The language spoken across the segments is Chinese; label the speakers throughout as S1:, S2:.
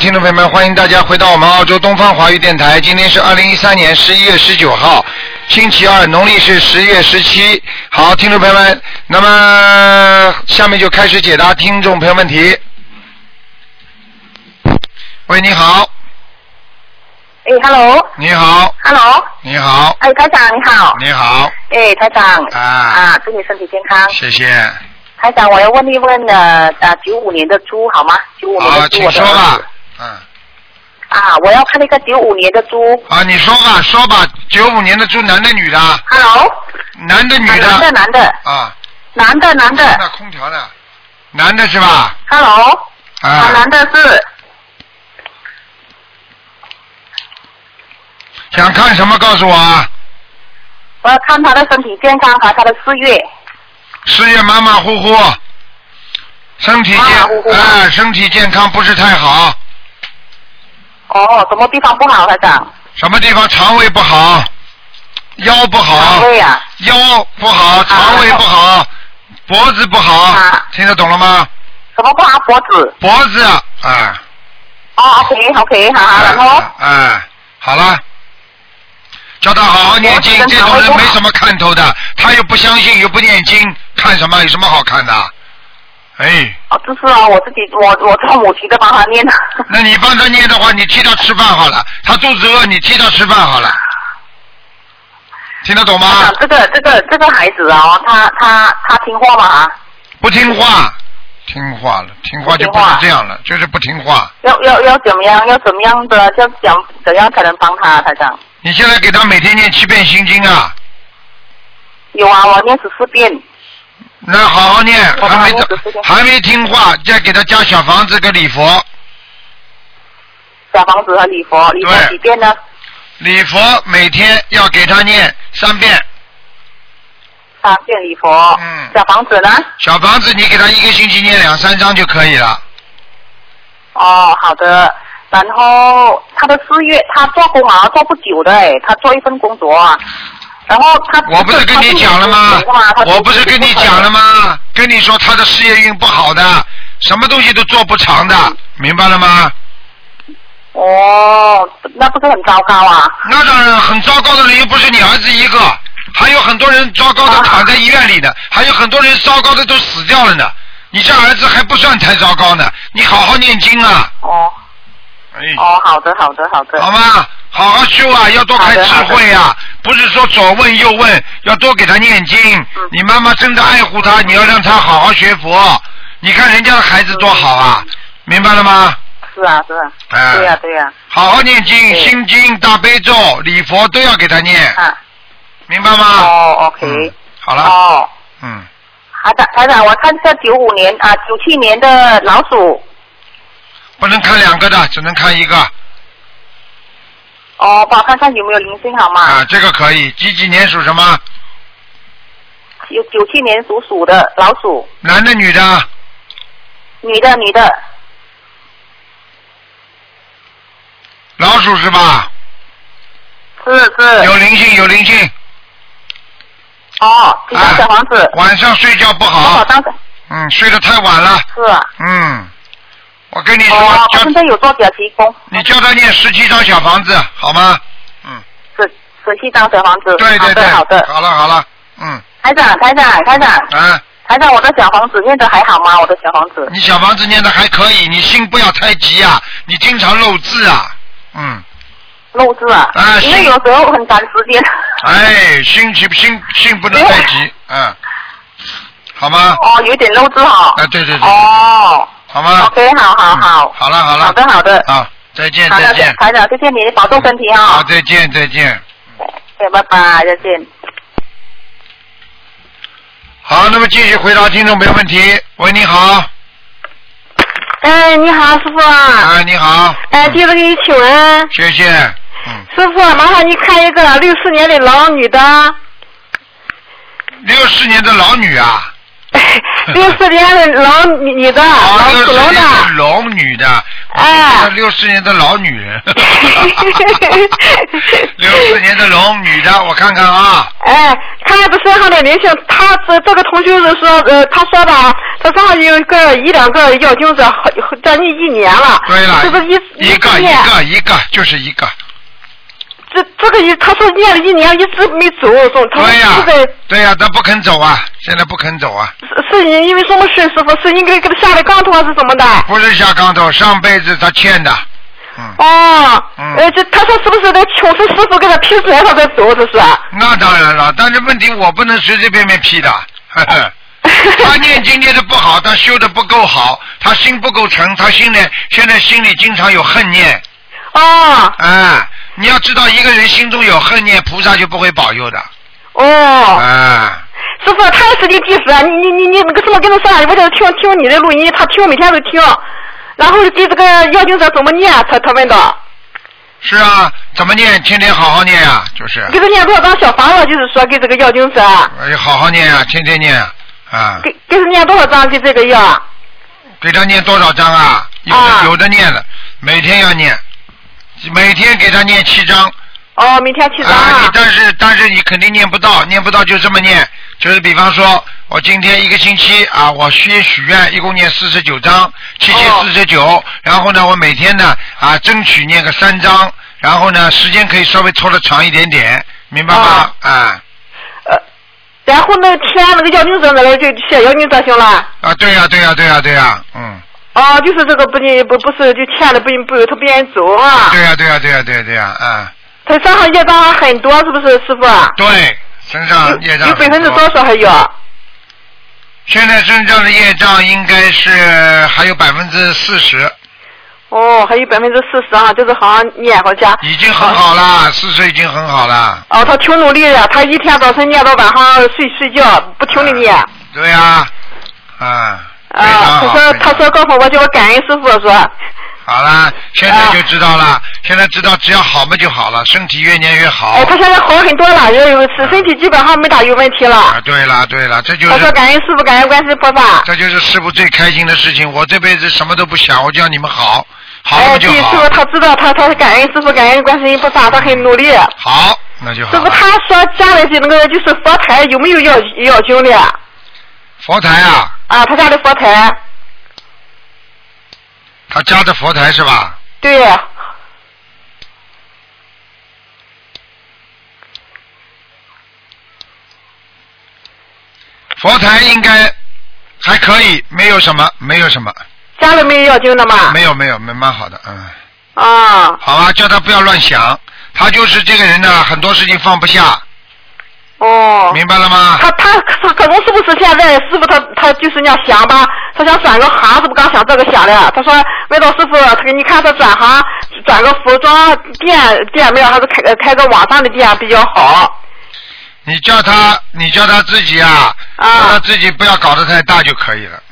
S1: 听众朋友们，欢迎大家回到我们澳洲东方华语电台。今天是二零一三年十一月十九号，星期二，农历是十月十七。好，听众朋友们，那么下面就开始解答听众朋友问题。喂，你好，
S2: 哎，hello，hello，
S1: 你好，你好，
S2: 哎，台长你好，
S1: 你好，
S2: 哎，台长，
S1: 啊，
S2: 啊，祝你身体健康。
S1: 谢谢。
S2: 台长，我要问一问呃呃，九五年的猪好吗？九五年
S1: 好，
S2: 的
S1: 啊
S2: 猪，
S1: 请
S2: 我的
S1: 说吧
S2: 儿子。
S1: 嗯，
S2: 啊，我要看那个九五年的猪。
S1: 啊，你说吧，说吧，九五年的猪，男的女的？
S2: Hello，
S1: 男的女
S2: 啊男的
S1: 的？
S2: 男的
S1: 啊，
S2: 男的男的
S1: 那空调呢？男的是吧？
S2: ，Hello，啊，
S1: 啊
S2: 男，的是
S1: 想看什么告诉我啊？
S2: 我要看他的身体健康和他的事业。
S1: 事业马马虎虎，身体
S2: 马马
S1: 健
S2: 虎虎
S1: 哎，身体健康不是太好，
S2: 哦，什么地方不好，台长？
S1: 什么地方肠胃不好，腰不好，
S2: 对呀、
S1: 腰不好，肠胃不好，脖子不好
S2: 啊，
S1: 听得懂了吗？
S2: 什么不好？脖子。
S1: 脖子啊，啊
S2: 哦，OK OK，好，好，然后
S1: 啊，啊好了。叫他好好念经，
S2: 脖子
S1: 这
S2: 跟肠
S1: 种
S2: 胃
S1: 人
S2: 不好
S1: 没什么看头的，他又不相信，又不念经，看什么？有什么好看的？哎，
S2: 哦，就是哦，我自己我我做母亲的帮他念的。
S1: 那你帮他念的话，你替他吃饭好了，他肚子饿，你替他吃饭好了，听得懂吗
S2: 啊，？这个这个这个孩子哦，他他他听话吗？啊
S1: 不听话，听话了，听话就不是这样了，就是不听话。
S2: 要要要怎么样？要怎么样的？要怎怎样才能帮他？啊台长，
S1: 你现在给他每天念七遍心经啊，
S2: 有啊，我念十四遍。
S1: 那好好念，还
S2: 我帮他
S1: 没
S2: 念14遍
S1: 还没听话，再给他加小房子跟礼佛，
S2: 小房子和礼佛，礼佛
S1: 对
S2: 几遍呢？
S1: 礼佛每天要给他念三遍。
S2: 三遍礼佛。
S1: 嗯
S2: 小房子呢？
S1: 小房子你给他一个星期念两三张就可以了。
S2: 哦，好的。然后他的四月，他做工啊，做不久的哎，他做一份工作啊。然后他
S1: 我不是跟你讲了吗？
S2: 啊
S1: 我不是跟你讲了？吗？跟你说他的事业运不好的，什么东西都做不长的，明白了吗？
S2: 他哦，那不是很糟糕啊？
S1: 那当然，很糟糕的人又不是你儿子一个，还有很多人糟糕的躺在医院里的，还有很多人糟糕的都死掉了呢。你这儿子还不算太糟糕呢，你好好念经啊，
S2: 哦
S1: 哎，
S2: 哦，好的，好的，好的。
S1: 好吗？好好修啊，要多开智慧啊，不是说左问右问，要多给他念经。你妈妈真的爱护他，你要让他好好学佛。你看人家的孩子多好啊，明白了吗？
S2: 是啊，是啊，
S1: 哎
S2: 对呀、对呀、
S1: 好好念经，
S2: 对
S1: 心经、大悲咒、礼佛都要给他念，
S2: 啊，
S1: 明白吗？
S2: 哦，OK，
S1: 嗯、好了，
S2: 哦，
S1: 嗯，
S2: 台长，台长，我看一下九五年啊，九七年的老鼠，
S1: 不能看两个的，只能看一个
S2: 哦，帮我看看有没有灵性好吗？
S1: 啊，这个可以。几几年属什么？
S2: 有九七年属鼠的老鼠，
S1: 男的女的？
S2: 女的女的，
S1: 老鼠是吧？
S2: 是是，
S1: 有灵性，有灵性。
S2: 哦，几张小房子
S1: 啊，晚上睡觉不
S2: 多
S1: 好
S2: 少，张？
S1: 嗯，睡得太晚了，
S2: 是啊，
S1: 嗯，我跟你说，
S2: 哦，我
S1: 叫
S2: 现在有做假提供，
S1: 你叫他念十七张小房子，好吗？嗯，
S2: 十十七张小房子，
S1: 对对对，
S2: 嗯好的好的，
S1: 好了好了，嗯，
S2: 台长台长台长
S1: 啊，
S2: 台长，我的小房子念的还好吗？我的小房子，
S1: 你小房子念的还可以，你心不要太急啊，你经常漏字啊，嗯，
S2: 漏字啊
S1: 啊，
S2: 因为
S1: 是
S2: 有时候很赶时间。
S1: 哎，心急心心不能太急，嗯，好 吗？
S2: 哦，有点漏字哈。
S1: 啊，对对对，
S2: 哦
S1: 好吗？
S2: ，OK，好好好
S1: 嗯，好了好了，
S2: 好的好的，
S1: 好，再见
S2: 好
S1: 再
S2: 的
S1: 见，，
S2: 台长，谢谢你，保重身
S3: 哦
S2: 体
S1: 好
S2: 哈。
S1: 再见再见。
S3: 哎
S2: 对，拜拜，再见。
S1: 好，那么继续回答听众朋友问题。喂，你
S2: 啊
S1: 好，
S4: 哎，你好，师傅啊！
S1: 啊，你好，
S2: 呃
S4: 哎，弟子给你请问，
S1: 谢谢，嗯，
S4: 师傅，啊麻烦你看一个六四年的老女的，
S1: 六十年的老女啊，
S4: 哎 六四年的老女女的，
S1: 啊，
S4: 老
S1: 六十年
S4: 属龙的，
S1: 的老女的，啊
S4: 哎
S1: 六十年的老女 人，六四年的龙女的，我看看啊，
S4: 哎，看看这身上的灵性，他这这个同修是说，呃，他说的啊，他身上有个一两个药精子，好将近一年了，
S1: 对了，
S4: 是不是一
S1: 一个
S4: 直
S1: 一
S4: 念？
S1: 个一个就是一个，
S4: 这这个一，他说念了一年一直没走，总他说
S1: 对呀、
S4: 哦是在
S1: 对呀、他不肯走啊，现在不肯走啊，
S4: 是是因为什么事？师傅是应该给他下的杠头还是怎么的？
S1: 不是下杠头，上辈子他欠的，嗯，
S4: 哦，
S1: 嗯
S4: 呃，这他说是不是得请示师傅给他批出来他再走？这是？
S1: 那当然了，但是问题我不能随随便便批的，呵呵。他 念经念的不好，他修的不够好，他心不够诚，他心里现在心里经常有恨念，
S4: 哦
S1: 啊，你要知道一个人心中有恨念，菩萨就不会保佑的，
S4: 哦，
S1: 啊，
S4: 师傅他也是地弟子啊，你你你你那个什么跟他说，我就是听听你的录音，他听每天都听，然后对这个要经者怎么念，啊他他问到，
S1: 是啊，怎么念？天天好好念啊，就是，
S4: 给他念多少张小房子，就是说给这个要经者，
S1: 哎，好好念啊，天天念啊，啊，
S4: 给给他念多少张给这个药？
S1: 给他念多少章啊？有的、
S4: 啊
S1: 有的念了，每天要念，每天给他念七章。
S4: 哦，每天七张
S1: 啊，你
S4: 啊。
S1: 但是但是你肯定念不到，念不到就这么念，就是比方说，我今天一个星期啊，我先许愿，一共念四十九章，七七
S4: 哦
S1: 四十九，然后呢，我每天呢啊争取念个三章，然后呢时间可以稍微拖得长一点点，明白吗？
S4: 哦
S1: 啊
S4: 呃，然后那个天那个要经者那个就写要经者行了。
S1: 啊，对呀、对呀、对呀、对呀、嗯，
S4: 哦，就是这个不念不不是就欠了不不他不愿意走啊，
S1: 对呀、对呀、对呀、对呀、对呀、啊，
S4: 他身上业障还很多是不是师傅？
S1: 对，身上啊业
S4: 有
S1: 障
S4: 有百分之
S1: 很
S4: 多
S1: 多
S4: 少还有？
S1: 现在身上的业障应该是还有百分之四十。
S4: 哦，还有百分之四十啊，就是好像念好像。
S1: 已经很好啦，四岁已经很好啦。
S4: 哦，他挺努力的，他一天早晨念到晚上睡睡觉，不停的念。
S1: 对呀、啊，非
S4: 啊，
S1: 常
S4: 他
S1: 好哦
S4: 说
S1: 非
S4: 他
S1: 常
S4: 说告诉我叫我感恩师傅说，
S1: 好啦，现在就知道了，现在知道只要好嘛就好了，身体越念越好。
S4: 哎，他现在好很多了，也有是身体基本上没咋有问题
S1: 啊，
S4: 了。
S1: 对了对了，这嗯就
S4: 他说
S1: 是
S4: 感恩师傅，感恩观世音菩萨。
S1: 这就是师傅最开心的事情。我这辈子什么都不想，我就要你们好，好了
S4: 哎，
S1: 嘛
S4: 对，
S1: 就
S4: 师
S1: 好。
S4: 傅他知道他他感恩师傅，感恩观世音菩萨，他很努力。
S1: 啊好，那就
S4: 师
S1: 好
S4: 傅，
S1: 了。
S4: 他说家里的那个就是佛台有没有要要经的啊？
S1: 佛台啊，
S4: 啊，他家的佛台，
S1: 他家的佛台是吧？
S4: 对，
S1: 佛台应该还可以，没有什么，没有什么，
S4: 家里没有要经的嘛？
S1: 没有没有，蛮蛮好的，嗯。
S4: 啊，
S1: 好吧，叫他不要乱想，他就是这个人呢，很多事情放不下，
S4: 哦。
S1: 明白了吗？
S4: 他他他可能是不是现在师傅他他就是那样想吧，他想转个行，是不是刚想这个想的？他说问到师傅，他给你看他转行转个服装店店面，还是开开个网上的店比较好？
S1: 你叫他，你叫他自己啊，
S4: 啊
S1: 叫他自己不要搞得太大就可以了。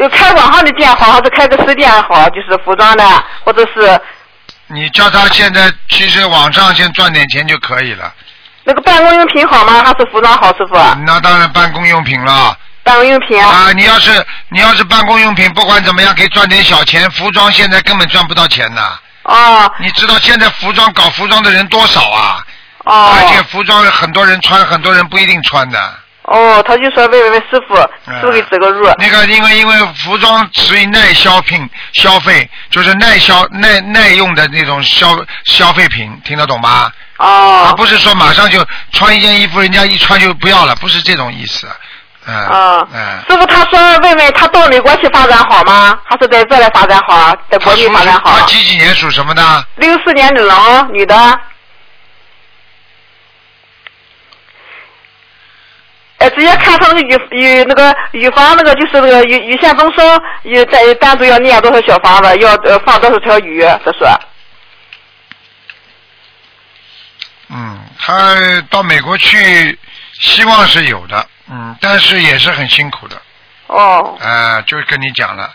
S4: 呃开网上的店好，还是开个实店好？就是服装的，或者是
S1: 你叫他现在其实网上先赚点钱就可以了，
S4: 那个办公用品好吗？还是服装好，师傅？
S1: 那当然办公用品了
S4: 办公用品
S1: 啊！你要是你要是办公用品，不管怎么样可以赚点小钱，服装现在根本赚不到钱呐。
S4: 哦
S1: 你知道现在服装搞服装的人多少啊？
S4: 哦
S1: 而且服装很多人穿，很多人不一定穿的。
S4: 哦，他就说问问问师傅，
S1: 哎
S4: 师傅给指个路。
S1: 那个，因为因为服装属于耐消品消费，就是耐消耐耐用的那种消消费品，听得懂吗？啊，
S4: 哦
S1: 不是说马上就穿一件衣服，人家一穿就不要了，不是这种意思。嗯。
S4: 啊，
S1: 嗯。
S4: 师傅他说问问他到美国去发展好吗？还是在这来发展好，在国内发展好
S1: 他？几几年属什么的？
S4: 六四年的狼，女的，呃，直接看他那个语语那个语方那个就是那个语语线增生，也单单独要念多少小房子，要呃放多少条鱼，这是。
S1: 嗯，他到美国去，希望是有的，嗯，但是也是很辛苦的，
S4: 哦
S1: 呃，就跟你讲了，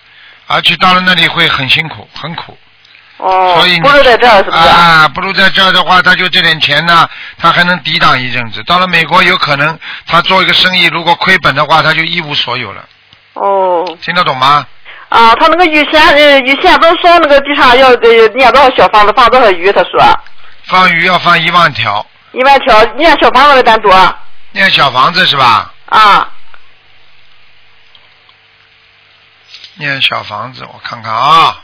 S1: 而且到了那里会很辛苦，很苦。
S4: 哦
S1: 所以，你
S4: 不是在这儿是不是？
S1: 啊，不如在这儿的话，他就这点钱呢，他还能抵挡一阵子。到了美国，有可能他做一个生意，如果亏本的话，他就一无所有了。
S4: 哦，
S1: 听得懂吗？
S4: 啊，他那个以前呃以前都说那个地上要呃念多少小房子放多少鱼，他说
S1: 放鱼要放一万条，
S4: 一万条念小房子的单独
S1: 念小房子是吧？
S4: 啊，
S1: 念小房子，我看看啊。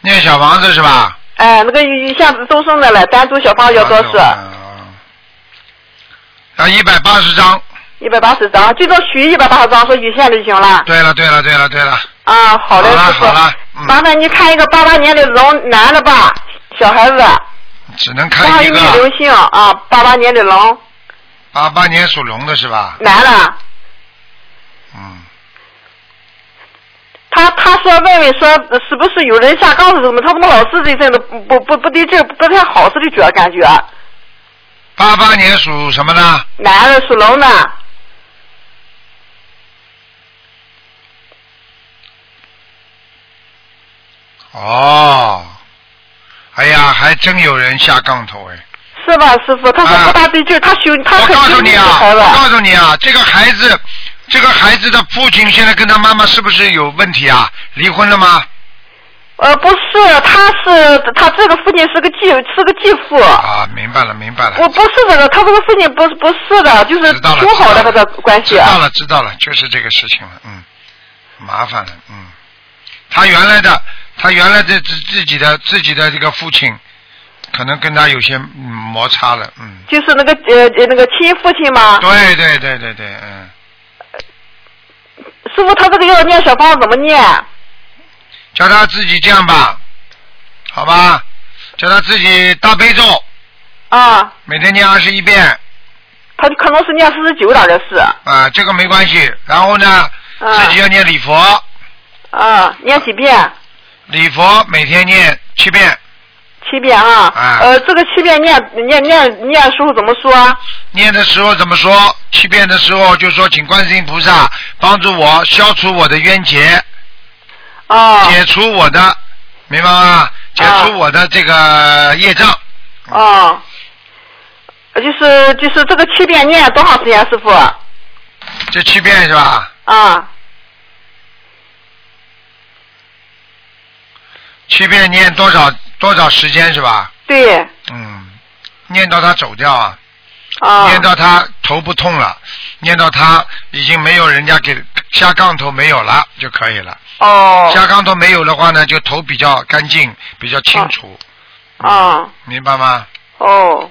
S1: 念小房子是吧？
S4: 哎，那个一下子都送的了，单独小房子要多少？
S1: 啊，要一百八十张。
S4: 一百八十张，最多许一百八十张，说有限的就行了。
S1: 对了，对了，对了，对了，
S4: 啊，好嘞，
S1: 好了
S4: 师傅
S1: 好了嗯。
S4: 麻烦你看一个八八年的龙男的吧，小孩子，
S1: 只能
S4: 身上
S1: 看一
S4: 有没有
S1: 个。
S4: 灵性啊？八八年的龙
S1: 八八年属龙的是吧？
S4: 男的，
S1: 嗯，
S4: 他他说问问说呃是不是有人下杠子什么？他们老是这阵子不不不不对劲，不太好似的觉感觉。啊
S1: 八八年属什么呢？
S4: 男的属龙的，
S1: 哦，哎呀，还真有人下杠头哎。
S4: 是吧，师傅？他说不大对劲，他修他
S1: 啊我
S4: 很
S1: 告
S4: 修
S1: 诉
S4: 这
S1: 你
S4: 个
S1: 啊，
S4: 孩子
S1: 我告诉你啊，这个孩子，这个孩子的父亲现在跟他妈妈是不是有问题啊？离婚了吗？
S4: 呃，不是，他是他这个父亲是个继是个继父。
S1: 啊，明白了，明白了。
S4: 我不是这个，他这个父亲不不是的，就是
S1: 知道了，
S4: 挺好的和他关系
S1: 知道
S4: 啊。
S1: 了，知道了，就是这个事情了，嗯，麻烦了，嗯，他原来的，他原来的自自己的自己的这个父亲，可能跟他有些嗯摩擦了，嗯，
S4: 就是那个呃呃那个亲父亲嘛，
S1: 对对对对对，嗯，
S4: 师傅他这个要念小芳怎么念？
S1: 叫他自己这样吧，好吧，叫他自己大悲咒，
S4: 啊，
S1: 每天念二十一遍，
S4: 他可能是念四十九了，这是
S1: 啊、这个没关系，然后呢，自己要念礼佛，
S4: 啊，念几遍？
S1: 礼佛每天念七遍，
S4: 七遍啊。
S1: 啊
S4: 呃，这个七遍念念念念书怎么说啊？
S1: 念的时候怎么说？七遍的时候就说，请观世音菩萨帮助我消除我的冤结，
S4: 哦
S1: 解除我的，明白吗？
S4: 啊
S1: 解除我的这个业障。
S4: 哦，就是就是这个七遍念多长时间，师傅？
S1: 这七遍是吧？
S4: 啊，
S1: 七遍念多少多少时间是吧？
S4: 对，
S1: 嗯，念到他走掉啊，
S4: 啊
S1: 念到他头不痛了，念到他已经没有人家给下杠头没有了就可以了。
S4: 哦
S1: 下杠头没有的话呢，就头比较干净，比较清楚，
S4: 啊
S1: 明白吗？
S4: 哦。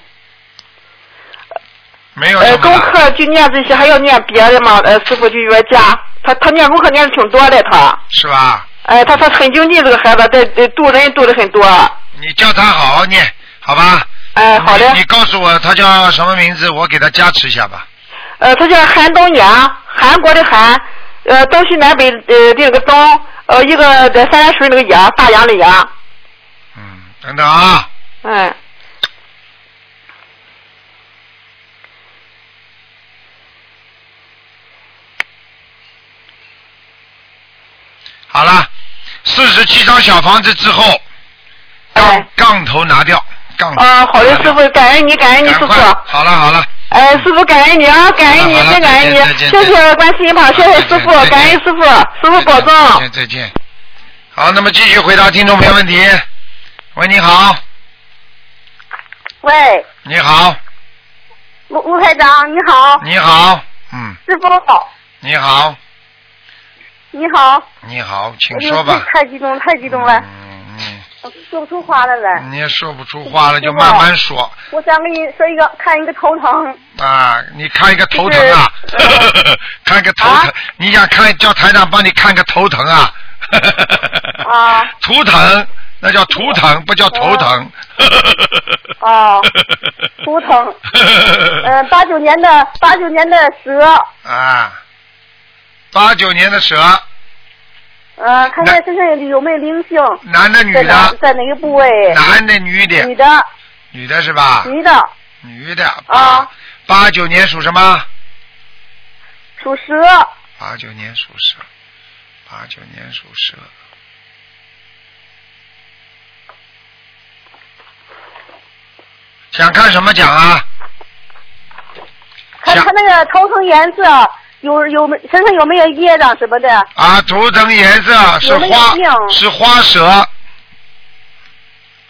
S1: 没有
S4: 呃
S1: 什，么
S4: 功
S1: 的。
S4: 课就念这些，还要念别的嘛？呃，师傅就约架，他他念功课念的挺多的，他，
S1: 是吧？
S4: 哎、他他很精进这个孩子，在在度人度的很多。
S1: 你叫他好好念，好吧？
S4: 哎、好的
S1: 你。你告诉我他叫什么名字，我给他加持一下吧。
S4: 呃，他叫韩东阳，韩国的韩，呃，东西南北呃这个东，呃一个呃三点水那个阳，大洋的洋，
S1: 嗯，等等啊，
S4: 嗯。
S1: 好了，四十七张小房子之后，杠、
S4: 哎
S1: 杠头拿掉，杠头拿
S4: 啊，
S1: 掉。
S4: 好的，师傅，感恩你，感恩你，
S1: 赶
S4: 师傅
S1: 快。好了好了，
S4: 哎，师傅，感恩你啊，感恩你，
S1: 好了好了
S4: 真感恩你
S1: 再见再，见
S4: 谢谢观世音菩萨，谢谢师傅
S1: 再见再见，
S4: 感恩师傅，师傅保重。啊
S1: 再见再见。好，那么继续回答听众朋友问题。喂，你好，
S3: 喂，
S1: 你好，
S3: 吴吴台长，你好，
S1: 你好，嗯，
S3: 师傅
S1: 你好，
S3: 你好，
S1: 你好，请
S3: 哎呦
S1: 说吧。
S3: 太激动，太激动了，
S1: 嗯，你
S3: 说不出话来了。
S1: 你也说不出话了，就慢慢说
S3: 我想给你说一个，看一个头疼，
S1: 啊！你看一个头疼啊， 看个头疼，
S3: 呃啊
S1: 你想看叫台长帮你看个头疼啊？
S3: 啊，
S1: 图腾，那叫图腾，不叫头疼。
S3: 哦图腾，
S1: 嗯
S3: 呃，八九年的八九年的蛇，
S1: 啊，八九年的蛇，
S3: 呃，看
S1: 那
S3: 看身上有有没有灵性，
S1: 男的女
S3: 在哪
S1: 的，
S3: 在哪个部位？
S1: 男的女
S3: 女
S1: 的，
S3: 的，
S1: 女的是吧？
S3: 女的，
S1: 女的
S3: 啊，
S1: 八九年属什么？
S3: 属蛇，
S1: 八九年属蛇，八九年属蛇。想看什么讲啊？
S3: 看他那个头层颜色，有有没身上有没有业障什么的？
S1: 啊，图腾颜色是
S3: 有没有
S1: 花
S3: 病，
S1: 是花蛇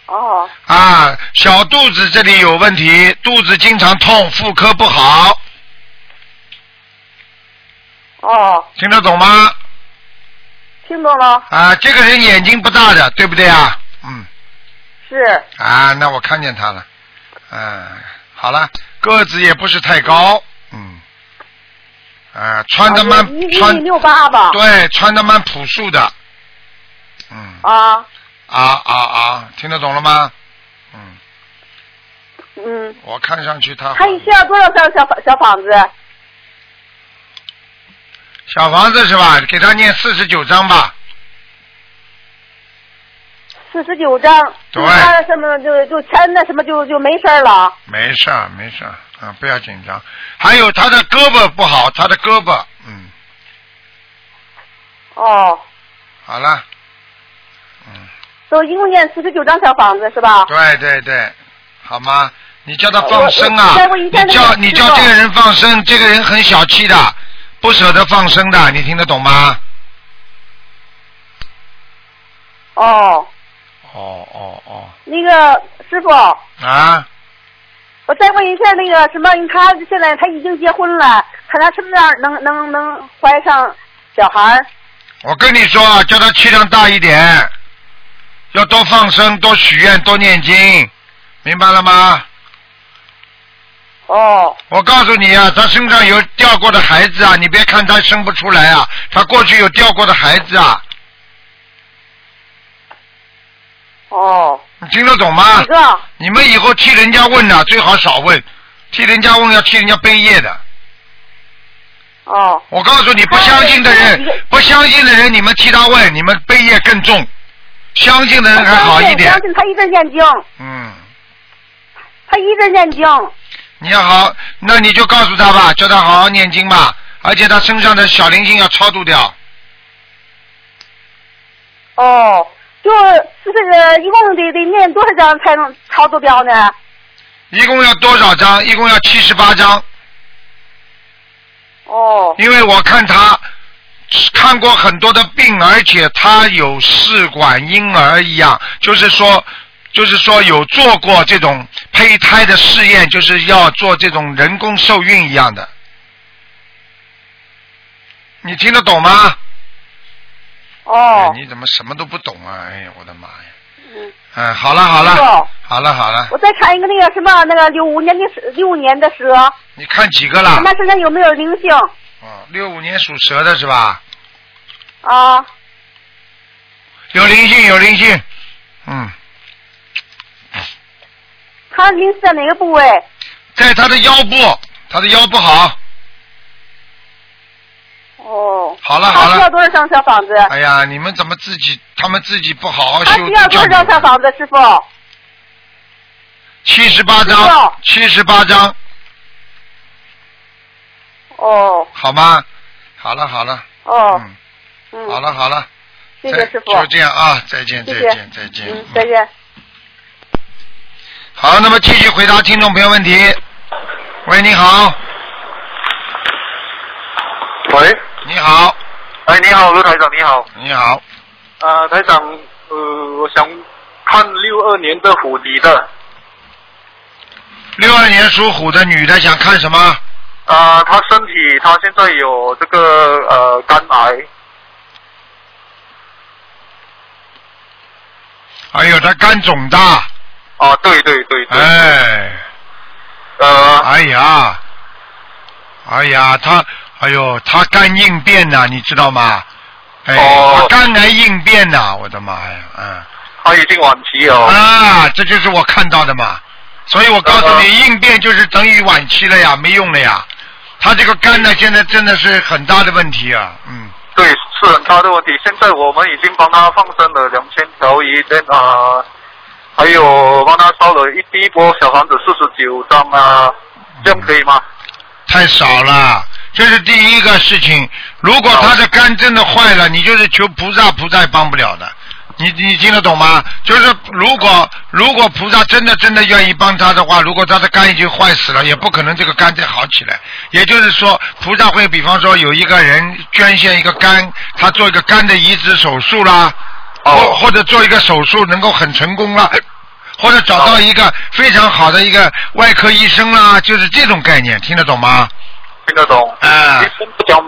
S3: 哦，
S1: 啊，小肚子这里有问题，肚子经常痛，妇科不好，
S3: 哦，
S1: 听得懂吗？
S3: 听懂了，
S1: 啊，这个人眼睛不大的，对不对啊？嗯，
S3: 是
S1: 啊，那我看见他了，嗯、好了，个子也不是太高，嗯，啊，穿的蛮
S3: 一一
S1: 穿
S3: 米，六八吧？
S1: 对，穿的蛮朴素的，嗯，
S3: 啊，
S1: 啊啊啊，听得懂了吗？嗯，
S3: 嗯，
S1: 我看上去他
S3: 他需要多少张小小房子？
S1: 小房子是吧？给他念四十九章吧。
S3: 四十九张，
S1: 对
S3: 他什么就就全那什么就就没事儿了。
S1: 没事儿，没事儿，啊，不要紧张。还有他的胳膊不好，他的胳膊，嗯，
S3: 哦，
S1: 好了，嗯，
S3: 都一共念四十九张小房子是吧？
S1: 对对对，好吗？你叫他放生
S3: 我
S1: 啊
S3: 我再问，一
S1: 你
S3: 下那个
S1: 叫你
S3: 师
S1: 叫
S3: 傅
S1: 这个人放生，这个人很小气的，不舍得放生的，你听得懂吗？
S3: 哦，
S1: 哦哦哦，
S3: 那个师傅，
S1: 啊，
S3: 我再问一下那个什么，他现在他已经结婚了，看他什么样能能能怀上小孩儿？
S1: 我跟你说啊，叫他气量大一点，要多放生，多许愿，多念经，明白了吗？
S3: 哦，
S1: 我告诉你啊，他身上有掉过的孩子啊，你别看他生不出来啊，他过去有掉过的孩子啊，
S3: 哦，
S1: 你听得懂吗
S3: 几？个？
S1: 你们以后替人家问呐、最好少问，替人家问要替人家背业的。
S3: 哦，
S1: 我告诉你，不相信的
S3: 他
S1: 人，不相信的人，你们替他问，你们背业更重；相信的人还好一
S3: 我
S1: 点
S3: 相。信他一直念经，
S1: 嗯，
S3: 他一直念经。
S1: 你要好，那你就告诉他吧，叫他好好念经吧，而且他身上的小灵性要超度掉。
S3: 哦，就是就是呃一共得得念多少张才能操作掉呢？
S1: 一共要多少张？一共要七十八张。
S3: 哦，
S1: 因为我看他看过很多的病，而且他有试管婴儿一样，就是说，就是说有做过这种胚胎的试验，就是要做这种人工受孕一样的。你听得懂吗？
S3: 哦
S1: 哎，你怎么什么都不懂啊？哎呀，我的妈呀！
S3: 嗯，
S1: 哎，好了好
S3: 师
S1: 了
S3: 傅，
S1: 好了好了，
S3: 我再看一个那个什么那个六五年的蛇，六五年的蛇，
S1: 你看几个
S3: 看
S1: 了？
S3: 他身上有没有灵性
S1: 哦，六五年属蛇的是吧？
S3: 啊？
S1: 有灵性，有灵性。嗯，
S3: 他灵是在哪个部位？
S1: 在他的腰部，他的腰不好。
S3: 哦，
S1: 好了好
S3: 他需要
S1: 了，
S3: 多少张小房子？
S1: 哎呀，你们怎么自己他们自己不好好
S3: 他
S1: 修
S3: 需要多少张小房子，师傅？
S1: 七十八
S3: 需
S1: 张
S3: 要，
S1: 七十八张，
S3: 哦
S1: 好吗？好了好了，
S3: 哦，
S1: 嗯，
S3: 嗯，
S1: 好，了好了，
S3: 谢
S1: 再
S3: 谢师傅，
S1: 就这样啊，再见
S3: 谢
S1: 再
S3: 谢
S1: 见再见，
S3: 嗯，再见。
S1: 好，那么继续回答听众朋友问题。喂，你好，
S5: 喂，
S1: 你好，
S5: 哎，你好，卢台长，你好。
S1: 你好，
S5: 啊、台长，呃，我想看六二年的虎迪的，
S1: 六二年属虎的女的想看什么？
S5: 啊、她身体她现在有这个呃肝癌，
S1: 哎呦，她肝肿大，
S5: 啊，对对对对，
S1: 哎，
S5: 呃，
S1: 哎呀，哎呀，她，哎呦，她肝硬变呐、你知道吗？哎，
S5: 哦
S1: 她肝癌硬变呐、我的妈呀，嗯，
S5: 她已经晚期哦了，
S1: 啊，这就是我看到的嘛。所以我告诉你，
S5: 嗯
S1: 应变就是等于晚期了呀，没用了呀。她这个肝呢，现在真的是很大的问题啊，嗯，
S5: 对，是很大的问题。现在我们已经帮她放生了两千条鱼，跟啊、还有帮她烧了一第一波小房子四十九张啊，这样可以吗？
S1: 太少了。这是第一个事情，如果她的肝真的坏了，你就是求菩萨，菩萨也帮不了的。你你听得懂吗？就是如果如果菩萨真的真的愿意帮他的话，如果他的肝已经坏死了，也不可能这个肝再好起来。也就是说，菩萨会比方说有一个人捐献一个肝，他做一个肝的移植手术啦，或
S5: 哦
S1: 或者做一个手术能够很成功了。或者找到一个非常好的一个外科医生啦，就是这种概念，听得懂吗？
S5: 听得懂。
S1: 啊
S5: 医生都讲，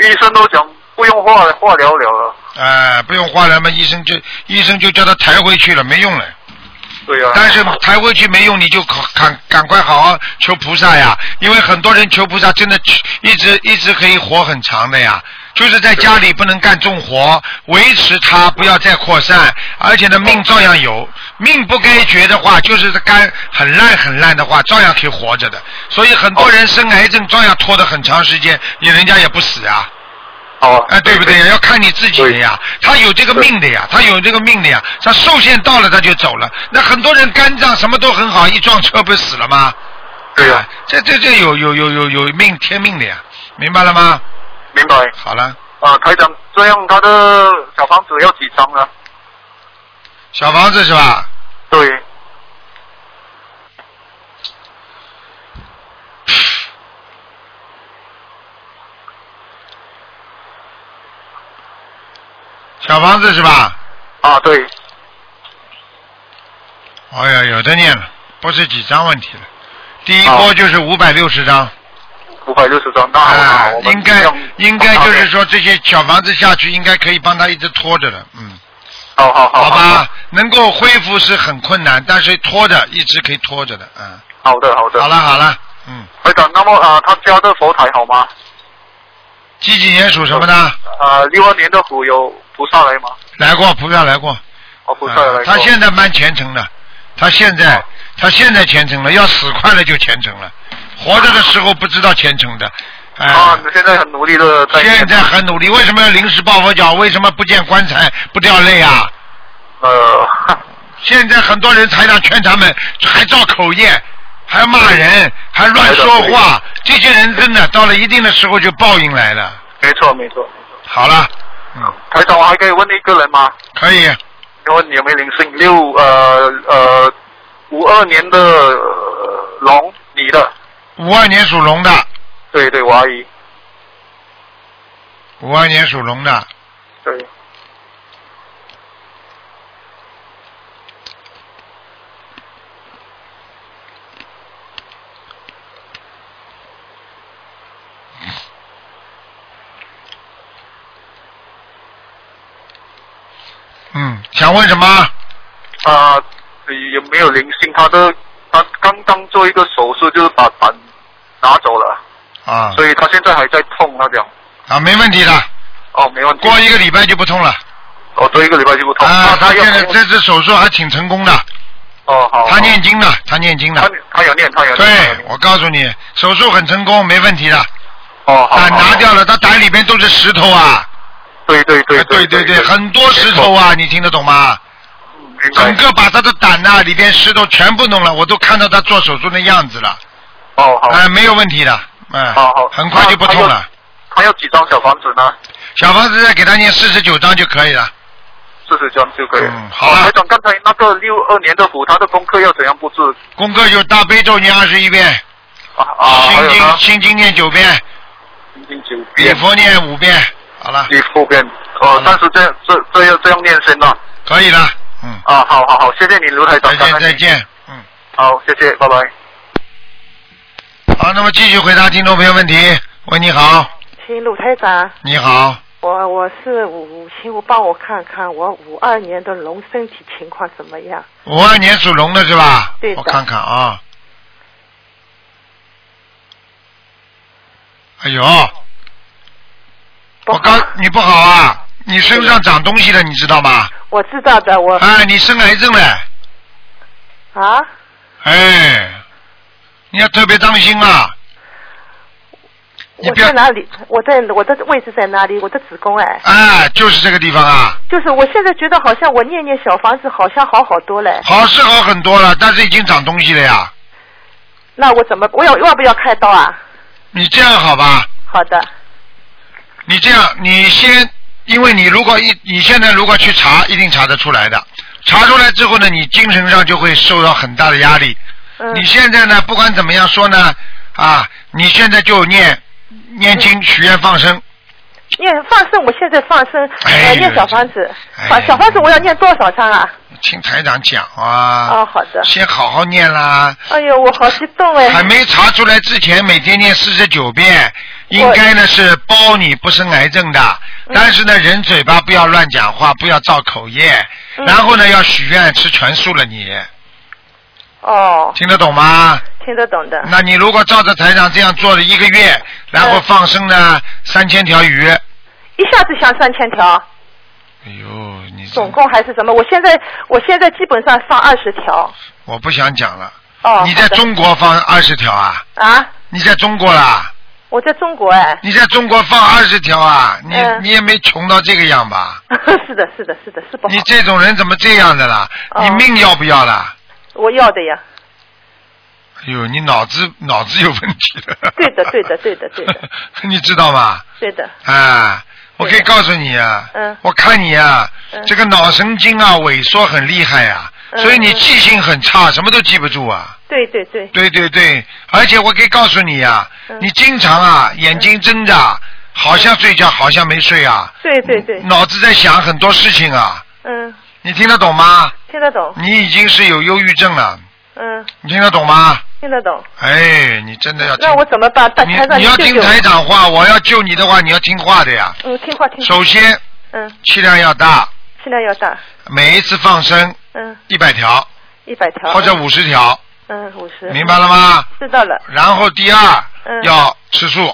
S5: 医生都讲不用化化疗了了。
S1: 哎，不用化疗嘛，医生就医生就叫他抬回去了，没用了。
S5: 对呀、啊。
S1: 但是抬回去没用，你就赶赶赶快好好求菩萨呀，因为很多人求菩萨真的去一直一直可以活很长的呀。就是在家里不能干重活，维持它不要再扩散，而且呢命照样有，命不该绝的话，就是肝很烂很烂的话，照样可以活着的。所以很多人生癌症照样拖得很长时间，也人家也不死啊。
S5: 哦，
S1: 哎，对不对呀？要看你自己的呀，他有这个命的呀，他有这个命的呀，他寿限到了他就走了。那很多人肝脏什么都很好，一撞车不是死了吗？
S5: 对呀、
S1: 啊这这这有有有有有命天命的呀，明白了吗？
S5: 明白。
S1: 好了，
S5: 啊，台长，这样他的小房子要几张啊呢？
S1: 小房子是吧？
S5: 对，
S1: 小房子是吧？
S5: 啊对，
S1: 哎呀，有的念了，不是几张问题了。第一波就是五百六十张，
S5: 五百六十张，那好，
S1: 啊
S5: 那我，们
S1: 应该
S5: 尽量啊
S1: 应该就是，说这些小房子下去，应该可以帮他一直拖着的，嗯。
S5: 好好好，
S1: 好吧，能够恢复是很困难，但是拖着一直可以拖着的，嗯。
S5: 好的好的，
S1: 好了好了，嗯，
S5: 台长，那么啊，他家的佛台好吗？
S1: 几几年属什么的？
S5: 啊，六二年的虎有菩萨来吗？
S1: 来过，菩萨来过。
S5: 哦，菩萨
S1: 啊
S5: 来过。
S1: 他现在蛮虔诚的，他现在
S5: 哦
S1: 他现在虔诚了，要死快了就虔诚了，活着的时候不知道虔诚的，哎、
S5: 啊，现在很努力的在念。
S1: 现在很努力，为什么要临时抱佛脚？为什么不见棺材不掉泪啊？
S5: 呃，
S1: 现在很多人台上劝他们，还造口业，还骂人，还乱说话，这些人真的到了一定的时候就报应来了。
S5: 没错没错。
S1: 好了，嗯，
S5: 台长，我还可以问一个人吗？
S1: 可以，
S5: 请问你有没有灵性？六呃呃五二年的、呃龙女的，
S1: 五二年属龙的，
S5: 对对，我阿姨，
S1: 五二年属龙的，
S5: 对，
S1: 嗯，想问什么？
S5: 啊、有没有灵性？她的她刚刚做一个手术，就是把胆拿走了，
S1: 啊
S5: 所以她现在还在痛，她讲，
S1: 啊，没问题的，
S5: 哦，没问题，
S1: 过一个礼拜就不痛了。
S5: 哦，这一个礼拜就不痛，
S1: 啊，
S5: 她
S1: 他
S5: 要
S1: 现在这次手术还挺成功的，
S5: 哦好，
S1: 他念经的，他念经
S5: 他
S1: 的。
S5: 他有念，他有念，她有
S1: 对，
S5: 念
S1: 我告诉你，手术很成功，没问题的。
S5: 哦好，
S1: 胆
S5: 好
S1: 拿掉，了，他胆里边都是石头啊。
S5: 好对对对
S1: 哎对
S5: 对
S1: 对，很多石头，啊，你听得懂吗？
S5: 没错
S1: 整
S5: 明白，
S1: 个把他的胆呐、里边石头全部弄了，我都看到他做手术的样子了，
S5: 哦好，
S1: 哎、没有问题的，哎、
S5: 好好
S1: 很快就不痛了。
S5: 他要几张小房子呢？
S1: 小房子再给他念四十九章就可以了。
S5: 四十张就可以。
S1: 嗯好啊
S5: 台长，刚才那个六二年的虎，他的功课要怎样布置？
S1: 功课就大悲咒念二十一遍，
S5: 啊啊，还
S1: 心
S5: 有
S1: 经
S5: 呢？
S1: 心经念九遍，
S5: 心经九
S1: 礼
S5: 遍，
S1: 佛嗯念五遍，好了，
S5: 礼佛遍。哦，但是这样这这样这样念先啦。
S1: 可以了。嗯，
S5: 啊，好好好，谢谢你，卢台长
S1: 再。
S5: 感
S1: 见
S5: 恩
S1: 再
S5: 你。
S1: 见。嗯，
S5: 好，谢谢，拜拜。
S1: 好，那么继续回答听众朋友问题。喂，你好，
S6: 请鲁台长，
S1: 你好，
S6: 我我是五，请我帮我看看我五二年的龙身体情况怎么样？
S1: 五二年属龙的是吧？
S6: 对的
S1: 我看看啊。哎呦，我
S6: 不好
S1: 刚你不好啊，你身上长东西了，你知道吗？
S6: 我知道的，我
S1: 哎，你生癌症了，
S6: 啊，
S1: 哎，你要特别当心啊。你
S6: 我
S1: 不要
S6: 在哪里？我在我的位置在哪里？我的子宫哎，
S1: 哎，就是这个地方啊，
S6: 就是我现在觉得好像我念念小房子好像好好多嘞。
S1: 好是好很多了，但是已经长东西了呀。
S6: 那我怎么我要要不要开刀啊？
S1: 你这样好吧？
S6: 好的，
S1: 你这样，你先因为你如果一你现在如果去查，一定查得出来的。查出来之后呢，你精神上就会受到很大的压力。
S6: 嗯
S1: 你现在呢，不管怎么样说呢，啊，你现在就念念经、许愿、放生，
S6: 念放生，我现在放生，
S1: 哎
S6: 呃，念小房子，
S1: 哎
S6: 啊，小房子我要念多少张啊？
S1: 听台长讲啊。
S6: 哦，好的。
S1: 先好好念啦，
S6: 哎呦，我好激动哎！
S1: 还没查出来之前，每天念四十九遍，应该呢是包你不生癌症的。但是呢，人嘴巴不要乱讲话，不要造口业，然后呢要许愿吃全素了你。
S6: 哦，
S1: 听得懂吗？
S6: 听得懂的。
S1: 那你如果照着台长这样做了一个月，然后放生呢三千条鱼，哎
S6: 一下子想三千条，
S1: 呦，你这
S6: 总共还是什么？我现在我现在基本上放二十条。
S1: 我不想讲了。
S6: 哦，
S1: 你在
S6: 好的
S1: 中国放二十条啊？
S6: 啊？
S1: 你在中国啦？
S6: 我在中国哎。
S1: 你在中国放二十条啊？你、
S6: 嗯
S1: 你也没穷到这个样吧？
S6: 是的，是的，是的，是不好
S1: 你。这种人怎么这样的啦？
S6: 哦
S1: 你命要不要啦？
S6: 我要的呀。
S1: 哎呦，你脑子脑子有问题了。
S6: 对的对的对的对的。
S1: 你知道吗？
S6: 对的，
S1: 啊，我可以
S6: 对
S1: 告诉你啊，
S6: 嗯
S1: 我看你啊，
S6: 嗯
S1: 这个脑神经啊萎缩很厉害啊，
S6: 嗯
S1: 所以你记性很差，什么都记不住啊。
S6: 对对对。
S1: 对对对，而且我可以告诉你啊，
S6: 嗯
S1: 你经常啊眼睛睁着，好像睡觉，好像没睡啊，
S6: 对对对，
S1: 脑子在想很多事情啊，
S6: 嗯，
S1: 你听得懂吗？
S6: 听得懂，
S1: 你已经是有忧郁症了，
S6: 嗯，
S1: 你听得懂吗？
S6: 听得懂。
S1: 哎，你真的要听
S6: 那我怎么办？大
S1: 你
S6: 台长，
S1: 你要
S6: 救
S1: 听
S6: 救我
S1: 台长话，我要救你的话，你要听话的呀。
S6: 嗯，听话听话。
S1: 首先
S6: 嗯，
S1: 气量要大，
S6: 气量要大。
S1: 每一次放生
S6: 嗯，
S1: 一百条
S6: 一百条。
S1: 或者五十条，
S6: 嗯五十。
S1: 明白了吗？
S6: 知道了，
S1: 然后第二
S6: 嗯
S1: 要吃素，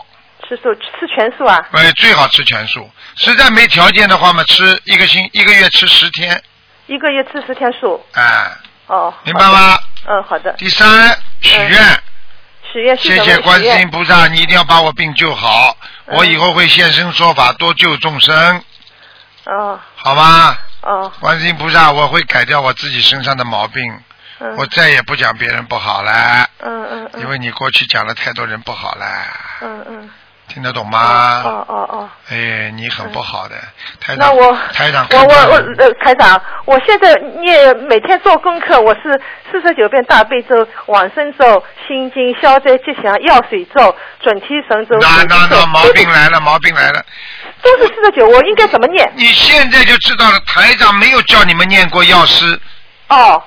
S6: 吃素吃全素啊？
S1: 哎，最好吃全素。实在没条件的话嘛，吃一个星一个月吃十天，
S6: 一个月吃十天素。
S1: 哎，
S6: 哦。
S1: 明白吗？
S6: 嗯，好的。
S1: 第三许愿，
S6: 许愿是
S1: 谢
S6: 什
S1: 谢
S6: 么？
S1: 观
S6: 许
S1: 世音
S6: 愿。
S1: 菩萨，你一定要把我病救好，
S6: 嗯
S1: 我以后会现身说法，多救众生，
S6: 哦
S1: 好吗？
S6: 哦，
S1: 观世音菩萨，我会改掉我自己身上的毛病，
S6: 嗯
S1: 我再也不讲别人不好了，
S6: 嗯嗯嗯。
S1: 因为你过去讲了太多人不好了，
S6: 嗯嗯。
S1: 听得懂吗？
S6: 哦哦哦。
S1: 哎，你很不好的，台
S6: 那
S1: 长
S6: 我，
S1: 台长
S6: 我
S1: 看到
S6: 我
S1: 你，
S6: 我呃，台长，我现在念每天做功课，我是四十九遍大悲咒、往生咒、心经、消灾吉祥、药水咒、准提神咒、
S1: 那
S6: 准提
S1: 那
S6: 咒
S1: 那毛病来了，毛病来了！
S6: 都是四十九，我应该怎么念？
S1: 你现在就知道了，台长没有叫你们念过药师，
S6: 哦，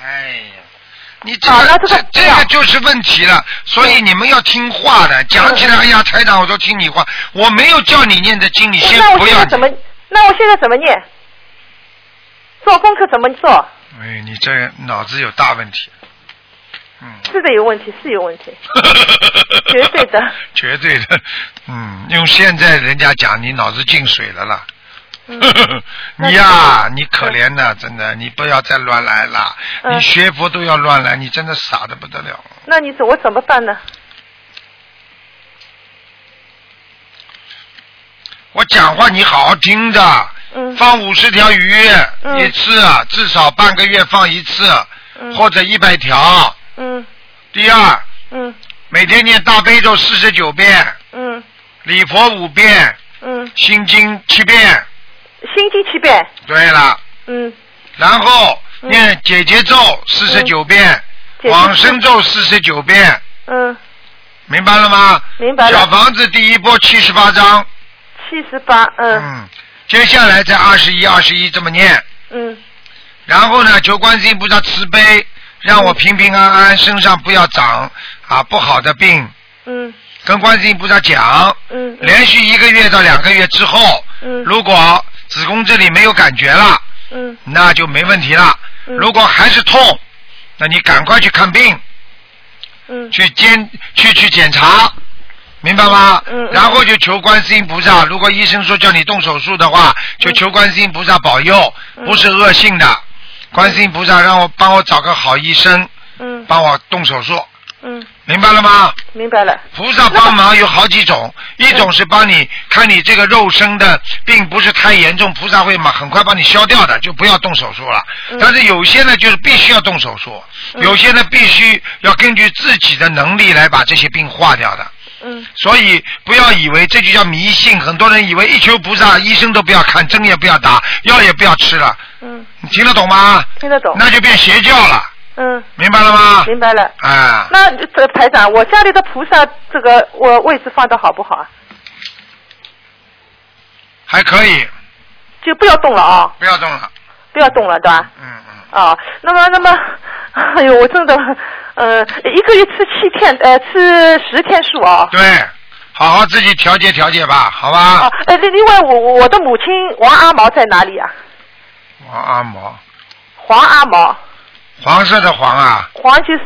S1: 哎呀，你这
S6: 啊
S1: 个、
S6: 那这个
S1: 这这个就是问题了，所以你们要听话的。讲起来，哎呀，台长，我都听你话，我没有叫你念的经，你先
S6: 那我
S1: 不
S6: 现
S1: 要
S6: 在。怎么？那我现在怎么念？做功课怎么做？
S1: 哎，你这人脑子有大问题。嗯，
S6: 是的，有问题，是有问 题。绝对的，
S1: 绝对的，嗯，用现在人家讲，你脑子进水了啦。
S6: 嗯
S1: 你呀、你可怜呐，真的，你不要再乱来了。
S6: 嗯
S1: 你学佛都要乱来，你真的傻的不得了。
S6: 那你怎我怎么办呢？
S1: 我讲话你好好听的，
S6: 嗯
S1: 放五十条鱼、
S6: 嗯
S1: 一次，啊至少半个月放一次，
S6: 嗯
S1: 或者一百条。
S6: 嗯
S1: 第二，
S6: 嗯
S1: 每天念大悲咒四十九遍，
S6: 嗯
S1: 礼佛五遍，
S6: 嗯，
S1: 心经七遍。
S6: 心经七遍，
S1: 对了，
S6: 嗯，
S1: 然后
S6: 嗯
S1: 念姐姐咒四十九遍，
S6: 姐姐
S1: 往生咒四十九遍，
S6: 嗯，
S1: 明白了吗？
S6: 明白
S1: 小
S6: 了，
S1: 房子第一波七十八章，
S6: 七十八，嗯
S1: 嗯，接下来再二十一、二十一这么念，
S6: 嗯
S1: 然后呢，求观世音菩萨慈悲，让我平平安安，身上不要长啊不好的病，
S6: 嗯
S1: 跟观世音菩萨讲，
S6: 嗯嗯
S1: 连续一个月到两个月之后，
S6: 嗯
S1: 如果子宫这里没有感觉了，
S6: 嗯
S1: 那就没问题了。
S6: 嗯
S1: 如果还是痛，那你赶快去看病，
S6: 嗯
S1: 去监去去检查，明白吗？
S6: 嗯嗯嗯
S1: 然后就求观世音菩萨，如果医生说叫你动手术的话，就求观世音菩萨保佑，
S6: 嗯
S1: 不是恶性的。观世音菩萨让我帮我找个好医生，
S6: 嗯
S1: 帮我动手术，
S6: 嗯，
S1: 明白了吗？
S6: 明白了，
S1: 菩萨帮忙有好几种，一种是帮你看你这个肉身的病不是太严重，菩萨会嘛很快帮你消掉的，就不要动手术了。
S6: 嗯
S1: 但是有些呢，就是必须要动手术，
S6: 嗯
S1: 有些呢必须要根据自己的能力来把这些病化掉的。
S6: 嗯，
S1: 所以不要以为这就叫迷信，很多人以为一求菩萨，医生都不要看，针也不要打，药也不要吃了，
S6: 嗯，
S1: 你听得懂吗？
S6: 听得懂。
S1: 那就变邪教了，
S6: 嗯，
S1: 明白了吗？
S6: 明白了。
S1: 啊，
S6: 那这台长，我家里的菩萨这个我位置放的好不好啊？
S1: 还可以，
S6: 就不要动了啊、
S1: 不要动了，
S6: 不要动了，对吧？
S1: 嗯嗯。
S6: 啊，那么那么，哎呦，我真的，呃，一个月吃七天，呃，吃十天素啊。
S1: 对，好好自己调节调节吧，好吧
S6: 啊？，呃，另另外我我我的母亲王阿毛在哪里啊？
S1: 黄阿毛，
S6: 黄阿毛，
S1: 黄色的黄啊，
S6: 黄就是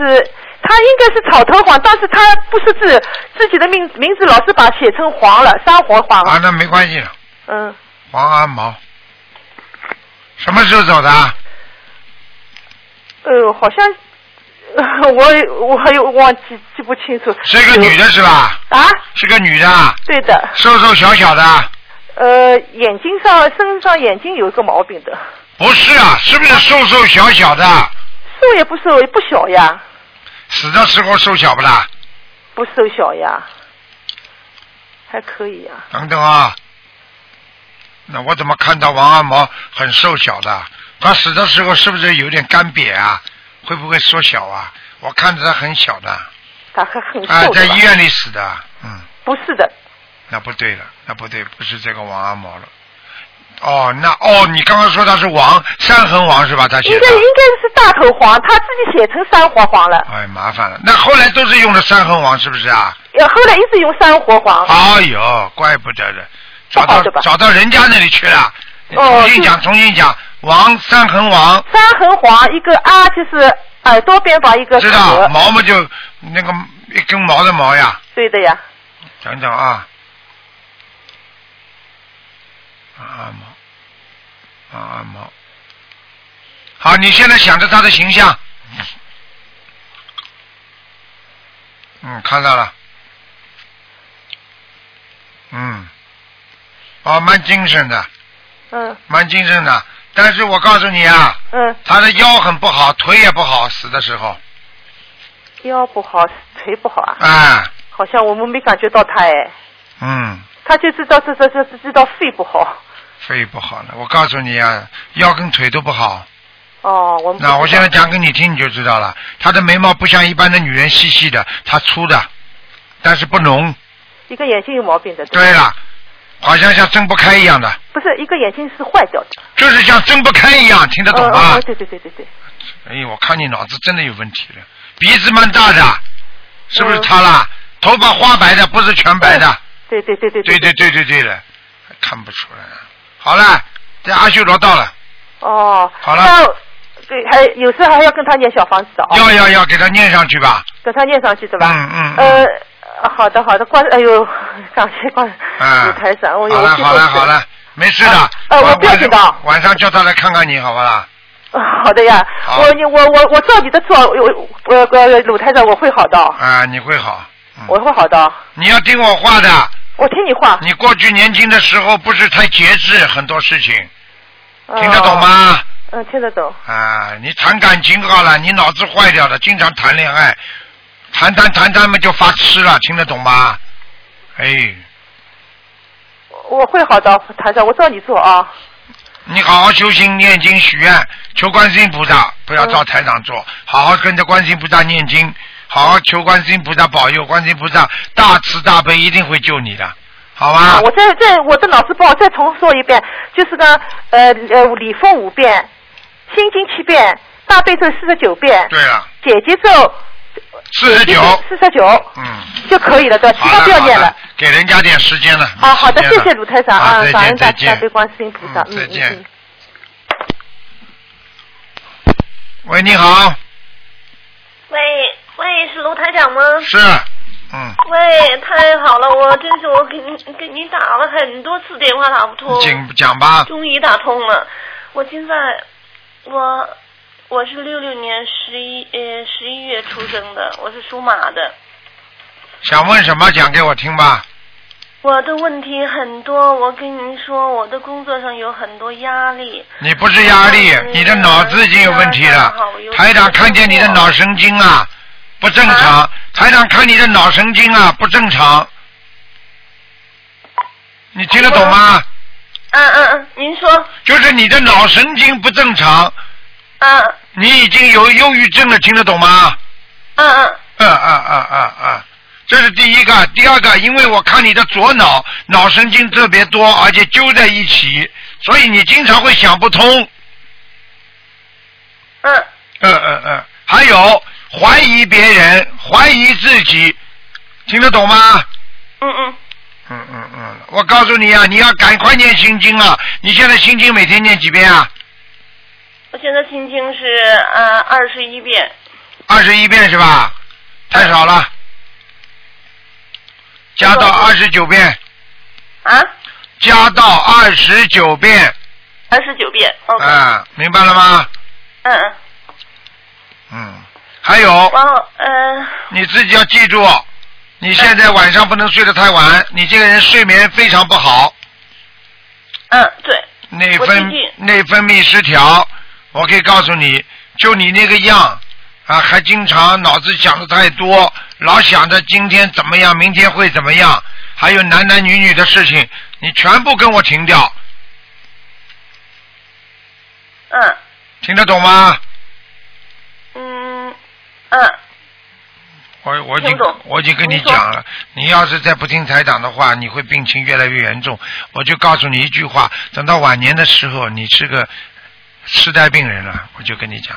S6: 他应该是草头黄，但是他不是字，自己的名名字老是把写成黄了，山黄黄。
S1: 啊，那没关系，
S6: 嗯，
S1: 黄阿毛。什么时候走的啊？
S6: 呃，好像、 呃我我还有忘记记不清楚。
S1: 是个女的是吧？
S6: 啊，
S1: 是个女的，
S6: 对的，
S1: 瘦瘦小小的，
S6: 呃，眼睛上身上眼睛有一个毛病的，
S1: 不是啊？是不是瘦瘦小小的？
S6: 瘦也不瘦，也不小呀，
S1: 死的时候瘦小不啦？
S6: 不瘦小呀，还可以呀。
S1: 等等啊，那我怎么看到王阿毛很瘦小的？他死的时候是不是有点干瘪啊？会不会缩小啊？我看着他很小的，
S6: 他还很
S1: 啊，
S6: 瘦
S1: 在
S6: 的吧
S1: 医？院里死的，嗯，
S6: 不是的，
S1: 那不对了，那不对，不是这个王阿毛了。哦，那哦，你刚刚说他是王三横王是吧？他
S6: 应
S1: 写的
S6: 该。应该是大头黄，他自己写成三黄黄了。
S1: 哎，麻烦了。那后来都是用的三横王是不是啊？
S6: 呃，后来一直用珊瑚黄。
S1: 哎呦，怪不得的，找
S6: 不
S1: 到
S6: 好的吧
S1: 找到人家那里去了。
S6: 哦
S1: 重新讲，重新讲，王三横王，
S6: 三横黄，一个啊就是耳朵边旁一个
S1: 知道
S6: 壳，
S1: 毛嘛就那个一根毛的毛呀。
S6: 对的呀。
S1: 讲讲啊，啊毛，啊毛。好，你现在想着他的形象。嗯，看到了。嗯，哦，蛮精神的，
S6: 嗯
S1: 蛮精神的。但是我告诉你啊，
S6: 嗯，
S1: 他的腰很不好，腿也不好，死的时候，
S6: 腰不好，腿不好啊，
S1: 哎，
S6: 好像我们没感觉到他哎，
S1: 嗯，
S6: 他就知道这这这知道肺不好。
S1: 肺不好了。我告诉你啊，腰跟腿都不好。
S6: 哦，我们不知道
S1: 那我现在讲给你听，你就知道了。她的眉毛不像一般的女人细细的，她粗的，但是不浓。
S6: 一个眼睛有毛病的，吧
S1: 对了，好像像睁不开一样的，
S6: 不是一个眼睛是坏掉的，
S1: 就是像睁不开一样，听得懂
S6: 嗯
S1: 吗
S6: 嗯嗯？对对对对对，
S1: 哎呦，我看你脑子真的有问题了。鼻子蛮大的，是不是
S6: 嗯
S1: 她啦？头发花白的，不是全白的。
S6: 对对对对
S1: 对对对
S6: 对。
S1: 对对的，还看不出来啊。好了，这阿修罗到了，
S6: 哦，
S1: 好了
S6: 那对，还有时候还要跟他念小房子的哦，
S1: 要要要给他念上去吧。
S6: 跟他念上去对吧？
S1: 嗯嗯。嗯
S6: 呃，好的好的，关哎呦，感谢关
S1: 啊，
S6: 舞呃台上，我有
S1: 好了好了好，了，没事的
S6: 啊。呃我
S1: 晚
S6: 不要紧的
S1: 晚晚上叫他来看看你，好不啦？
S6: 我啊 好的呀，
S1: 好
S6: 我你我我我照你的做，我我我鲁台长我会好的，
S1: 啊，你会好。嗯
S6: 我会好的，
S1: 你要听我话的。
S6: 我听你话，
S1: 你过去年轻的时候不是太节制，很多事情
S6: 听
S1: 听得懂？吗？
S6: 嗯，听得懂，
S1: 啊，你谈感情好了，你脑子坏掉了，经常谈恋爱，谈谈谈谈嘛就发痴了，听得懂吗？哎，
S6: 我会好的，台长，我照你做啊，
S1: 你好好修心、念经、许愿，求观世音菩萨，不要照台长做，好好跟着观世音菩萨念经，好好求观世音菩萨保佑，观世音菩萨大慈大悲，一定会救你的，好吧？
S6: 啊我再再我的脑子不好，再重说一遍，就是个呃呃礼佛五遍，心经七遍，大悲咒四十九遍，
S1: 对了，
S6: 姐姐咒
S1: 四十九，
S6: 四十九
S1: 嗯，
S6: 就可以了，对吧？其
S1: 好
S6: 他不
S1: 了
S6: 要
S1: 好
S6: 念了
S1: 了。，给人家点时间了。没
S6: 啊，好的，
S1: 时间
S6: 谢
S1: 了
S6: 谢卢台长啊
S1: 好，再见
S6: 感
S1: 再
S6: 恩大慈大
S1: 见
S6: 悲。观世音菩萨，
S1: 嗯
S6: 嗯
S1: 再
S6: 嗯
S1: 见
S6: 嗯。
S1: 喂，你好，
S7: 喂喂，是卢台长吗？
S1: 是，嗯，
S7: 喂，太好了，我真是我给您给您打了很多次电话打不通，
S1: 请讲吧。
S7: 终于打通了。我现在我我是六六年十一呃十一月出生的，我是属马的。
S1: 想问什么讲给我听吧。
S7: 我的问题很多，我跟您说，我的工作上有很多压力。
S1: 你不是压力
S7: 嗯，
S1: 你的脑子已经有问题了
S7: 好我。有
S1: 台长看见你的脑神经啊，不正常。台长看你的脑神经啊，不正常。你听得懂吗？
S7: 嗯嗯嗯，您说，
S1: 就是你的脑神经不正常，
S7: 嗯嗯
S1: 你已经有忧郁症了，听得懂吗？
S7: 嗯
S1: 嗯嗯嗯嗯嗯，这是第一个，第二个，因为我看你的左脑脑神经特别多，而且揪在一起，所以你经常会想不通。
S7: 嗯
S1: 嗯嗯嗯，还有怀疑别人，怀疑自己，听得懂吗？
S7: 嗯嗯，
S1: 嗯嗯嗯，我告诉你啊，你要赶快念心经啊！你现在心经每天念几遍啊？
S7: 我现在心经是呃二十一遍，
S1: 二十一遍是吧？太少了，加到二十九遍，
S7: 啊，
S1: 加到二十九遍，
S7: 二十九遍，OK，
S1: 啊，明白了吗？
S7: 嗯嗯，
S1: 嗯，还有
S7: 然后嗯
S1: 你自己要记住，你现在晚上不能睡得太晚，你这个人睡眠非常不好，
S7: 嗯对，
S1: 内
S7: 我
S1: 分
S7: 最近
S1: 内分泌失调，我可以告诉你，就你那个样啊，还经常脑子想的太多，老想着今天怎么样，明天会怎么样，还有男男女女的事情，你全部跟我停掉，
S7: 嗯
S1: 听得懂吗？
S7: 嗯嗯
S1: 我我已经
S7: 听懂
S1: 我已经跟你
S7: 您说
S1: 讲了，你要是再不听台长的话，你会病情越来越严重。我就告诉你一句话，等到晚年的时候，你是个痴呆病人了。我就跟你讲，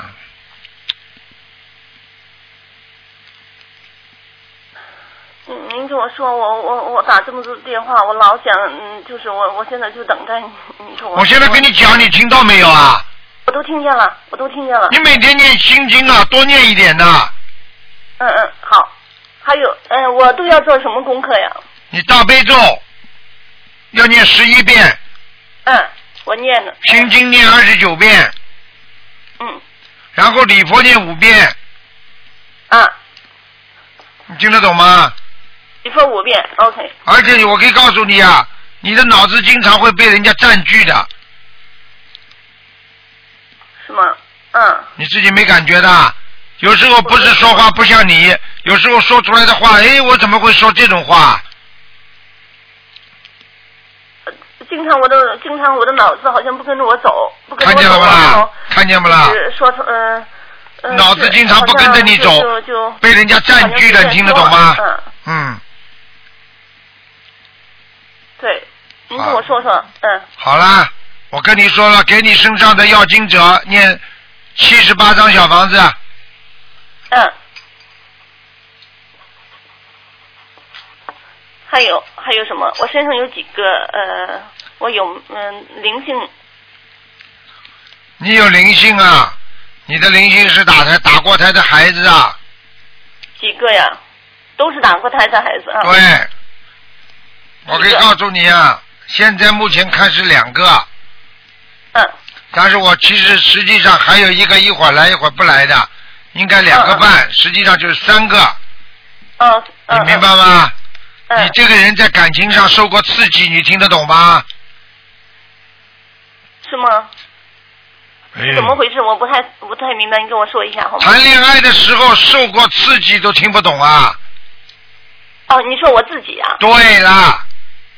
S7: 嗯，您跟我说，我我我打这么多电话，我老想，嗯，就是我我现在就等着你，你跟我。
S1: 我现在跟你讲，你听到没有啊？
S7: 我都听见了，我都听见了。
S1: 你每天念心经啊，多念一点呐、
S7: 嗯嗯，好。还有，嗯、我都要做什么功课呀？
S1: 你大悲咒要念十一遍，
S7: 嗯，我念呢。
S1: 心经念二十九遍，
S7: 嗯
S1: 然后礼佛念五遍，
S7: 啊，
S1: 你听得懂吗？
S7: 你说五遍，OK。
S1: 而且我可以告诉你啊，你的脑子经常会被人家占据的。
S7: 是吗？嗯
S1: 你自己没感觉的。有时候不是说话不像你，有时候说出来的话，哎，我怎么会说这种话？
S7: 经常我的经常我的脑子好像不跟着我走，不跟着
S1: 看
S7: 我
S1: 见了
S7: 走，
S1: 不
S7: 然后
S1: 啦？看见不啦？
S7: 是说成嗯。嗯
S1: 啊脑子
S7: 是
S1: 经常不跟着你走
S7: 好像就就
S1: 被人家占据了，
S7: 好像
S1: 你听得懂吗
S7: 有点？多嗯，
S1: 嗯，
S7: 对，您
S1: 好
S7: 跟我说
S1: 啊
S7: 说，嗯，
S1: 好啦，我跟你说了，给你身上的要经者念七十八张小房子，
S7: 嗯，还有还有什么？我身上有几个呃，我有嗯灵性，
S1: 你有灵性啊，你的灵性是打胎打过胎的孩子啊，
S7: 几个呀？都是打过胎的孩子啊。
S1: 对，我可以
S7: 一个
S1: 告诉你啊，现在目前看是两个，
S7: 嗯
S1: 但是我其实实际上还有一个一会儿来一会儿不来的，应该两个半，实际上就是三个，
S7: 哦
S1: 你
S7: 嗯，
S1: 明白吗？
S7: 嗯？
S1: 你这个人在感情上受过刺激，你听得懂吗？
S7: 是吗？
S1: 哎
S7: 是怎么回事？我不太不太明白，你跟我说一下好吗？
S1: 谈恋爱的时候受过刺激都听不懂啊？
S7: 哦，你说我自己啊？
S1: 对啦，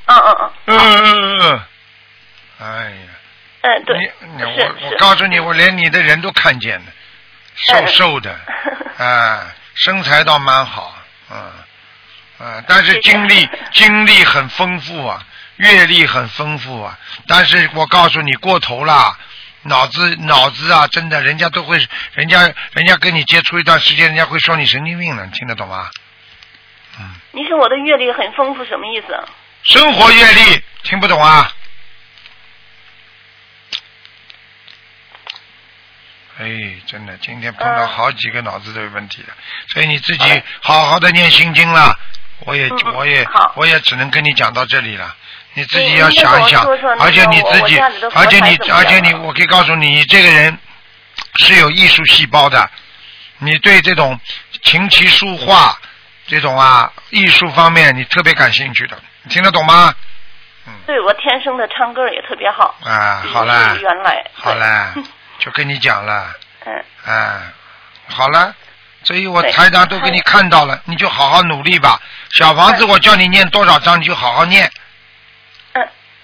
S7: 嗯嗯嗯
S1: 嗯嗯嗯嗯，哎呀，
S7: 嗯，对，
S1: 你你
S7: 是
S1: 我我
S7: 是
S1: 告诉你，我连你的人都看见了，瘦
S7: 嗯
S1: 瘦 的，啊，身材倒蛮好，嗯、嗯、但是
S7: 谢谢
S1: 经 历经历很丰富啊，阅历很丰富啊，但是我告诉你过头了。脑子脑子啊，真的，人家都会，人家人家跟你接触一段时间，人家会说你神经病了，你听得懂吗？
S7: 你说我的阅历很丰富，什么意思啊？
S1: 生活阅历听不懂啊？哎，真的，今天碰到
S7: 嗯
S1: 好几个脑子都有问题的，所以你自己好好的念心经了。我也
S7: 嗯，嗯
S1: 我也
S7: 好，
S1: 我也只能跟你讲到这里了。你自己
S7: 嗯
S1: 要
S7: 您再
S1: 想
S7: 给
S1: 一
S7: 我
S1: 想
S7: 说说，那
S1: 而且
S7: 个
S1: 你
S7: 我
S1: 自
S7: 我
S1: 己
S7: 家里的，佛
S1: 而且
S7: 台
S1: 你
S7: 怎，么
S1: 而且
S7: 样
S1: 你，
S7: 啊
S1: 我可以告诉你，你这个人是有艺术细胞的。你对这种琴棋书画这种啊艺术方面，你特别感兴趣的，你听得懂吗？
S7: 对我天生的唱歌也特别好。
S1: 啊，
S7: 比
S1: 好啦
S7: 比，嗯原来
S1: 好
S7: 对
S1: 啦，就跟你讲了，
S7: 嗯，
S1: 哎啊，好了，所以我
S7: 对嗯
S1: 台长都给你看到了，你就好好努力吧。小房子我叫你念多少章，你就好好念。
S7: 嗯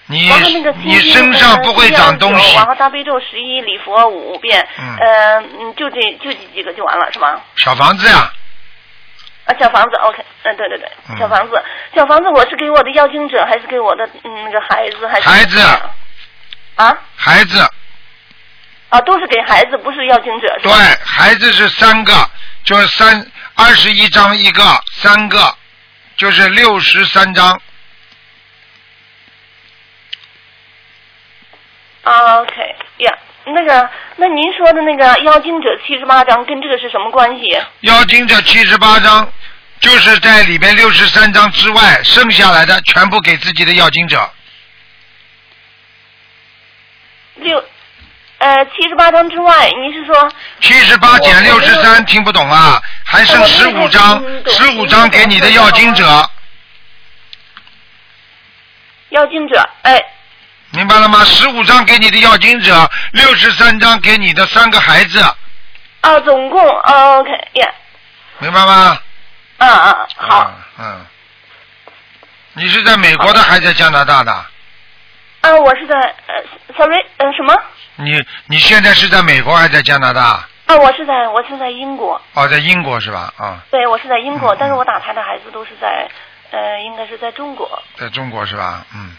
S1: 你
S7: 然后那个心
S1: 你
S7: 经
S1: 身上不会长东
S7: 129
S1: 西，
S7: 哦然后大悲咒十一，礼佛五遍，
S1: 嗯
S7: 呃嗯，就这就这几个就完了是吗？
S1: 小房子呀、
S7: 啊，小房子，OK，嗯，对对对
S1: 嗯，
S7: 小房子，小房子，我是给我的要经者，还是给我的嗯那个孩子，还是
S1: 孩子
S7: 啊
S1: 孩子，
S7: 啊，都是给孩子，不是要经者，是
S1: 对
S7: 吧？，
S1: 孩子是三个，就是三二十一章一个，三个就是六十三章。
S7: 啊，OK，呀、那个，那您说的那个要经者七十八章跟这个是什么关系？
S1: 要经者七十八章，就是在里面六十三章之外剩下来的全部给自己的要经者。
S7: 六，呃，七十八章之外，您是说
S1: 七十八减六十三，听不懂啊？还剩
S7: 我
S1: 十
S7: 明白
S1: 五章
S7: 听，懂
S1: 十五章给你的要经者，
S7: 要经者？哎，
S1: 明白了吗？十五章给你的要经者，六十三章给你的三个孩子，
S7: 啊，总共、啊、，OK，呀、
S1: 明白吗？
S7: 啊啊，好，
S1: 啊，嗯。你是在美国的还是在加拿大的？
S7: 啊，我是在呃，sorry，呃，什么？
S1: 你你现在是在美国还是在加拿大？
S7: 啊，我是在我是在英国，
S1: 哦，在英国是吧？啊，
S7: 对我是在英
S1: 嗯
S7: 国，但是
S1: 嗯
S7: 我打胎的孩子都是在呃，应该是在中国。
S1: 在中国是吧？嗯，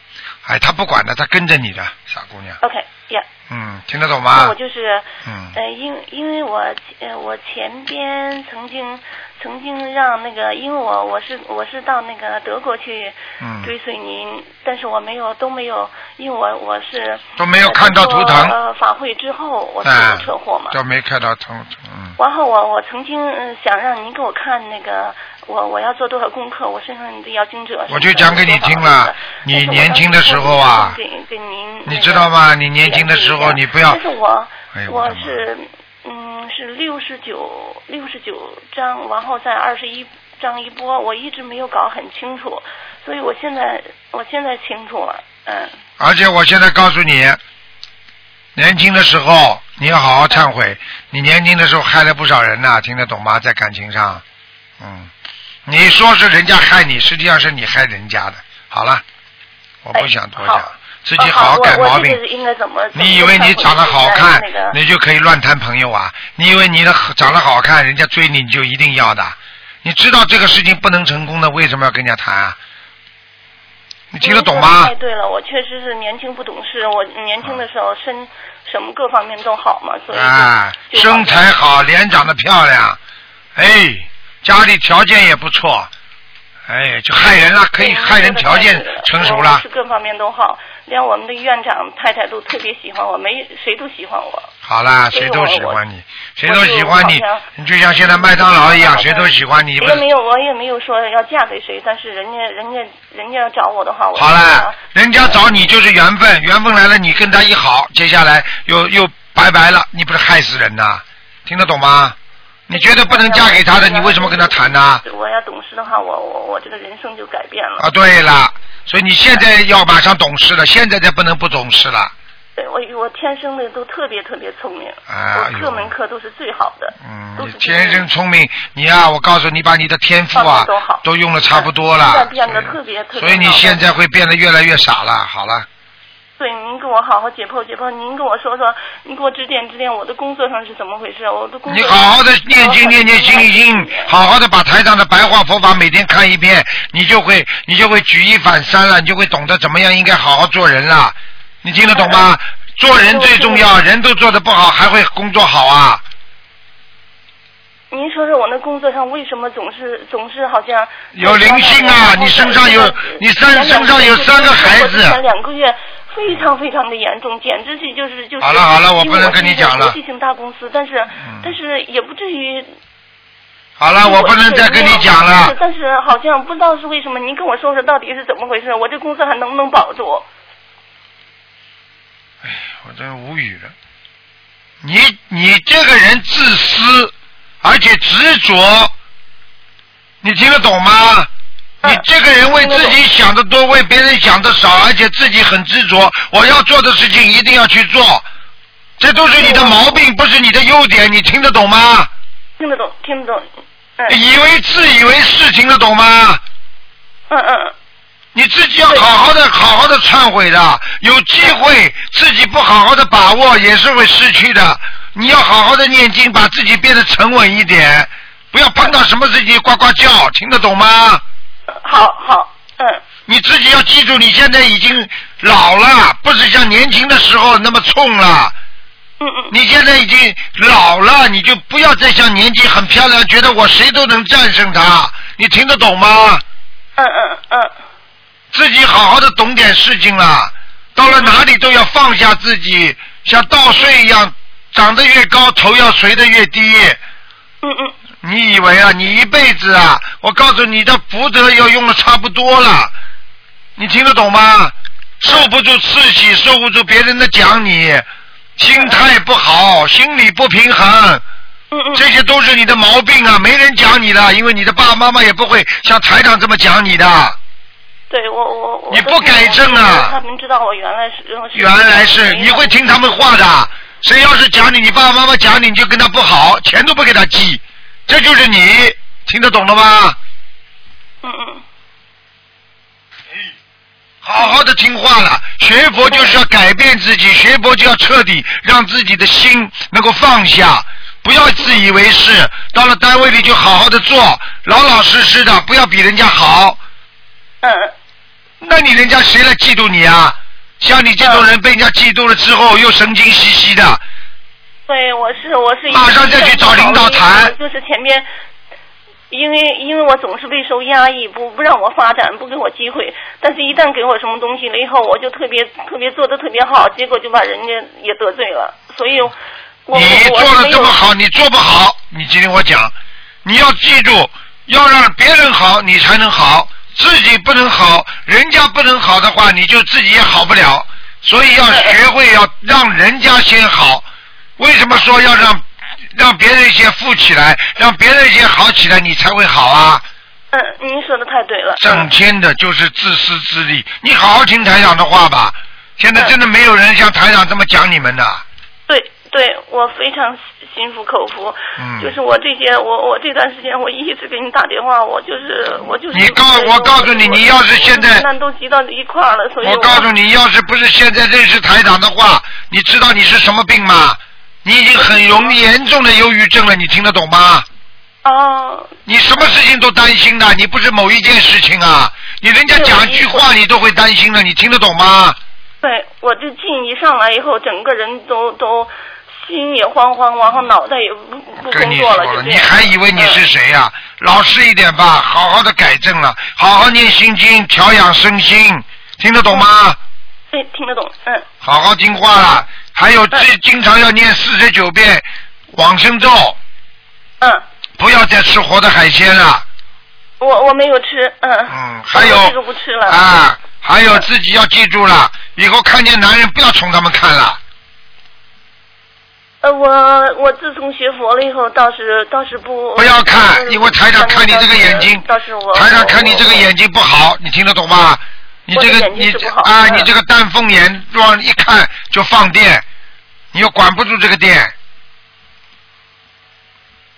S1: 哎，他不管的，他跟着你的傻姑娘。
S7: OK，呀、
S1: 嗯，听得懂
S7: 那
S1: 吗
S7: 我？就是，
S1: 嗯
S7: 呃，因因为我呃我前边曾经曾经让那个，因为我我是我是到那个德国去
S1: 嗯
S7: 追随您，但是我没有都没有，因为我我是
S1: 都没有看到图腾
S7: 呃德国呃，法会之后我出
S1: 哎
S7: 了车祸嘛，
S1: 都没看到通，嗯，
S7: 然后我我曾经嗯想让您给我看那个我我要做多少功课，我身上的要经者什么的。
S1: 我就讲给你听了
S7: 多少
S1: 你年轻的时候啊
S7: 但是我当时给给您、
S1: 你知道吗？你年轻的时候你不要
S7: 但，是我、
S1: 哎呦我
S7: 我
S1: 的妈
S7: 是嗯是六十九六十九章，然后再二十一章一波，我一直没有搞很清楚，所以我现在我现在清楚了，嗯。
S1: 而且我现在告诉你，年轻的时候你要好好忏悔，你年轻的时候害了不少人呐、听得懂吗？在感情上，嗯，你说是人家害你，实际上是你害人家的。好了，我不想多讲，
S7: 哎好
S1: 自己
S7: 啊
S1: 好好改毛
S7: 我
S1: 病
S7: 我这。个应该怎么？
S1: 你以为你长得好看
S7: 那个，
S1: 你就可以乱谈朋友啊？你以为你的长得好看，人家追你你就一定要的？你知道这个事情不能成功的，为什么要跟人家谈啊？你听得懂
S7: 您说
S1: 吗
S7: 得太？对哎了，我确实是年轻不懂事，我年轻的时候身什么各方面都好嘛，所以 就
S1: 啊，
S7: 就
S1: 身
S7: 好
S1: 材好，脸长得漂亮，哎，家里条件也不错，哎，就害人了，可以
S7: 对
S1: 害人，
S7: 您
S1: 条
S7: 说得太
S1: 件
S7: 对了
S1: 成熟
S7: 我
S1: 了
S7: 是。各方面都好，连我们的院长太太都特别喜欢我，没谁都喜欢我。
S1: 好啦，
S7: 所以
S1: 谁
S7: 我
S1: 都喜
S7: 我
S1: 欢你，谁
S7: 我
S1: 都
S7: 就
S1: 喜欢你
S7: 好像，
S1: 你就像现在麦当劳一样，
S7: 好像
S1: 谁都喜欢你。
S7: 谁
S1: 不
S7: 也
S1: 是
S7: 没有，我也没有说要嫁给谁，但是人家人家人家要找我的话，我
S1: 好了
S7: 了，，
S1: 人家找你就是缘分，缘分来了，你跟他一好，接下来又又拜拜了，你不是害死人呐？听得懂吗？你觉得不能嫁给他的，你为什么跟他谈呢？
S7: 我要懂事的话，我我我这个人生就改变了。
S1: 啊，对了，所以你现在要马上懂事了，现在才不能不懂事了。
S7: 对我我天生的都特别特别聪明，
S1: 哎呦
S7: 我各门课都是最好的，
S1: 嗯，
S7: 都
S1: 你
S7: 是第一
S1: 天生聪明，你呀、我告诉你，把你的天赋
S7: 方
S1: 啊
S7: 面都好，
S1: 都用的差不多了
S7: 嗯现在，变得特别特别
S1: 所以你
S7: 好
S1: 现在会变得越来越傻了。好了，
S7: 对，您给我好好解剖解剖，您跟我说说，您给我指点指点我的工作上是怎么回事，我的工作
S1: 你好好的念经，念念心经
S7: 经，，
S1: 好好的把台上的白话佛法每天看一遍，你就会你就会举一反三了，你就会懂得怎么样应该好好做人了。你听得懂
S7: 嗯
S1: 吗？做人最重要，人都做的不好，还会工作好啊？
S7: 您说说我那工作上为什么总是总是好像
S1: 有灵性啊
S7: 然后
S1: 你身上有
S7: 然后
S1: 你身
S7: 前两
S1: 身上有三个孩子
S7: 我前两个月非常非常的严重，简直是就是就是。
S1: 好了好了我
S7: 因为
S1: 不能跟
S7: 是
S1: 你
S7: 一个
S1: 讲了
S7: 国际性大公司，但是、
S1: 嗯
S7: 但是也不至于
S1: 好
S7: 嗯
S1: 了，哎我不能再跟你讲了。
S7: 但是好像不知道是为什么，您跟我说说到底是怎么回事？我这工作还能不能保住？
S1: 我真无语了。你你这个人自私，而且执着，你听得懂吗？
S7: 嗯
S1: 你这个人为自己想的多，为别人想的少，而且自己很执着，我要做的事情一定要去做，这都是你的毛病，不是你的优点，你听得懂吗？
S7: 听得懂，听得懂。嗯
S1: 以为自以为是，听得懂吗？
S7: 嗯嗯
S1: 你自己要好好的、好好的忏悔的，有机会自己不好好的把握也是会失去的。你要好好的念经，把自己变得沉稳一点，不要碰到什么自己呱呱叫，听得懂吗？
S7: 嗯，好好，嗯
S1: 你自己要记住，你现在已经老了，不是像年轻的时候那么冲了。
S7: 嗯嗯
S1: 你现在已经老了，你就不要再像年纪很漂亮，觉得我谁都能战胜他。你听得懂吗？
S7: 嗯嗯嗯
S1: 自己好好的懂点事情了，到了哪里都要放下自己，像稻穗一样，长得越高，头要垂得越低。
S7: 嗯嗯，
S1: 你以为啊，你一辈子啊，我告诉你的福德要用的差不多了，你听得懂吗？受不住刺激，受不住别人的讲你，心态不好，心理不平衡，
S7: 嗯嗯，
S1: 这些都是你的毛病啊！没人讲你的，因为你的爸爸妈妈也不会像台长这么讲你的。
S7: 对我我我
S1: 你不改正啊
S7: 他们知道我原来是嗯是
S1: 原来是你会听他们话的，谁要是讲你，你爸爸妈妈讲你，你就跟他不好，钱都不给他寄，这就是你，听得懂了吗？
S7: 嗯嗯
S1: 好好的听话了，学佛就是要改变自己，学佛就要彻底让自己的心能够放下，不要自以为是。到了单位里就好好的做，老老实实的，不要比人家好。
S7: 嗯
S1: 那你人家谁来嫉妒你啊？像你这种人被人家嫉妒了之后，又神经兮兮的，
S7: 对，我是我是一个
S1: 马上再去找领导谈
S7: 就是前面。因为因为我总是备受压抑，不不让我发展，不给我机会。但是，一旦给我什么东西了以后，我就特别特别做的特别好，结果就把人家也得罪了。所以我，我
S1: 你
S7: 我
S1: 做
S7: 是
S1: 的
S7: 没
S1: 这
S7: 有
S1: 么好，你做不好，你今天我讲，你要记住，要让别人好，你才能好，自己不能好，人家不能好的话，你就自己也好不了。所以要
S7: 呃
S1: 学会要让人家先好。为什么说要让让别人先富起来，让别人先好起来，你才会好啊？
S7: 嗯，您说的太对了。
S1: 整天的就是自私自利。你好好听台长的话吧，现在
S7: 呃
S1: 真的没有人像台长这么讲你们的。
S7: 对对，我非常心心服口服。
S1: 嗯
S7: 就是我这些，我我这段时间我一直给你打电话，我就是我就是。
S1: 你告我告诉你你要是现在
S7: 那都急到一块儿了，所以
S1: 我告诉你，要是不是现在认识台长的话，
S7: 嗯
S1: 你知道你是什么病吗？你已经很容易严重的忧郁症了，你听得懂吗？
S7: 哦，
S1: 你什么事情都担心的，你不是某一件事情啊，你人家讲一句话你都会担心的，你听得懂吗？
S7: 对我这劲一上来以后，整个人都都心也慌慌，然后脑袋也不不
S1: 跟
S7: 工
S1: 你
S7: 作
S1: 说
S7: 了，就
S1: 了，
S7: 这
S1: 你
S7: 样嗯
S1: 还以为你是谁呀、老实一点吧，好好的改正了，好好念心经，调养身心，听得懂吗？
S7: 嗯哎听得懂，嗯
S1: 好好听话了，还有这经常要念四十九遍往生咒，
S7: 嗯，
S1: 不要再吃活的海鲜了。
S7: 我我没有吃，嗯
S1: 嗯，还有
S7: 我这个不吃了，
S1: 啊，还有自己要记住了，以后看见男人不要冲他们看了。
S7: 呃，我我自从学佛了以后，倒是倒是不
S1: 不要看，因为台长看你这个眼睛
S7: 倒是我，
S1: 台长看你这个眼睛不好，你听得懂吗？你这个
S7: 我的眼睛
S1: 你
S7: 是不好
S1: 啊，
S7: 嗯
S1: 你这个丹凤眼让一看就放电，你又管不住这个电，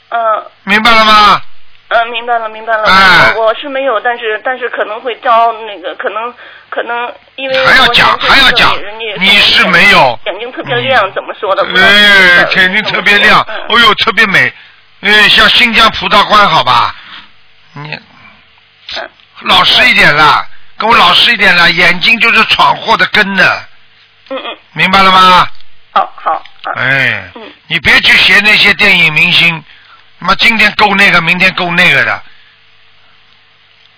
S7: 嗯嗯、
S1: 明白了吗？
S7: 呃明白了明白了，
S1: 哎
S7: 我我是没有，但是但是可能会招那个可能可能因为
S1: 还要
S7: 我
S1: 讲
S7: 前
S1: 还要
S7: 阵子
S1: 讲
S7: 有人也
S1: 你
S7: 说
S1: 是
S7: 眼
S1: 没有嗯
S7: 眼睛特别亮，怎么说的？不知道
S1: 哎，
S7: 是
S1: 眼睛特别亮，
S7: 嗯
S1: 哦呦，特别美，哎，像新疆葡萄干，好吧？你
S7: 嗯
S1: 老实一点啦，跟我老实一点啦，眼睛就是闯祸的根呢，
S7: 嗯嗯，
S1: 明白了吗？
S7: 好好，嗯
S1: 哎
S7: 嗯，
S1: 你别去学那些电影明星，他妈今天够那个，明天够那个的，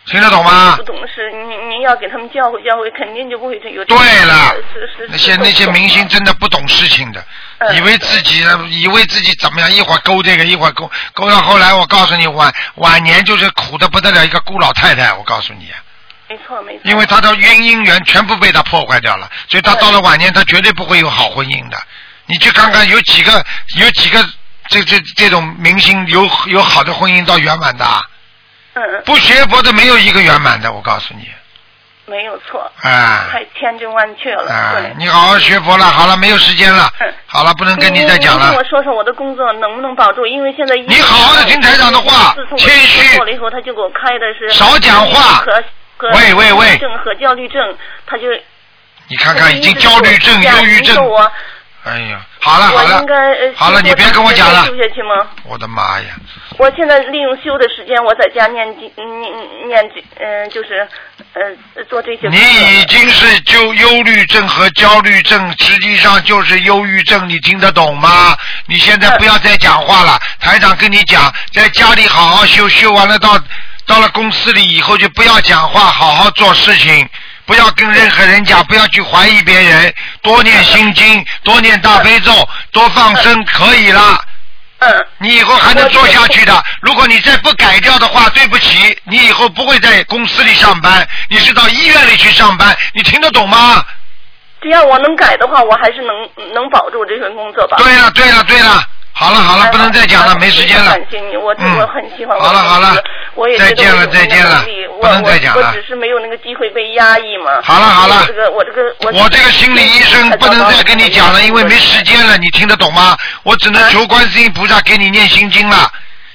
S1: 听得懂吗
S7: 不？懂事，您您要给他们教诲教诲，肯定就不会有这
S1: 对
S7: 种
S1: 了
S7: 是是是
S1: 那些
S7: 都
S1: 那些
S7: 懂
S1: 明星
S7: 了
S1: 真的不懂事情的，
S7: 嗯
S1: 以为自己以为自己怎么样，一会儿勾这个，一会儿勾勾到后来，我告诉你，晚晚年就是苦的不得了，一个孤老太太，我告诉你，啊
S7: 没错没错，
S1: 因为她的姻姻缘全部被她破坏掉了，所以她
S7: 对
S1: 到了晚年，她绝对不会有好婚姻的。你去看看，有几个有几个这这这种明星有有好的婚姻到圆满的啊、
S7: 嗯嗯
S1: 不学佛的没有一个圆满的，我告诉你，
S7: 没有错，
S1: 啊
S7: 太千真万确了，
S1: 啊
S7: 对！。
S1: 你好好学佛了，好了，没有时间了
S7: 嗯，
S1: 好了，不能跟你
S7: 您
S1: 再讲
S7: 您跟
S1: 了
S7: 我。说说我的工作能不能保住？因为现在
S1: 你好好地听台长的话
S7: 自从我
S1: 谦虚
S7: 过了以后，他就给我开的是
S1: 少讲话
S7: 和和
S1: 喂喂喂
S7: 抑郁症和焦虑症，他就
S1: 你看看，已经
S7: 他就一直
S1: 焦虑症、
S7: 给我讲
S1: 忧郁
S7: 您
S1: 症
S7: 说，我
S1: 哎呀，好了好
S7: 我
S1: 了
S7: 应该呃，
S1: 好了，
S7: 修
S1: 你别跟我讲了
S7: 修，下去吗？
S1: 我的妈呀！
S7: 我现在利用修的时间，我在家念经念念这嗯、就是呃做这些工
S1: 你
S7: 作。
S1: 已经是就忧虑症和焦虑症，实际上就是忧郁症，你听得懂吗？你现在不要再讲话了，台长跟你讲，在家里好好修，修完了到到了公司里以后就不要讲话，好好做事情。不要跟任何人讲，不要去怀疑别人，多念心经，多念大悲咒，多放生，可以了。
S7: 嗯，
S1: 你以后还能做下去的。如果你再不改掉的话，对不起，你以后不会在公司里上班，你是到医院里去上班。你听得懂吗？
S7: 只要我能改的话，我还是能能保住这份工作吧。
S1: 对了，对了，对了，好了好了，不能再讲了，没时间了
S7: 感。谢你，我
S1: 嗯
S7: 我很喜欢我的
S1: 好了好了
S7: 我也觉
S1: 再
S7: 得
S1: 见了
S7: 我有
S1: 再见了
S7: 能力
S1: 不
S7: 我
S1: 能再讲了
S7: 我我只是没有那个机会被压抑嘛。
S1: 好了好了
S7: 我这个我这个
S1: 我这个心理医生不能再跟你讲了，因为没时。间了，你听得懂吗？我只
S7: 嗯
S1: 能求观世音菩萨给你念心经了，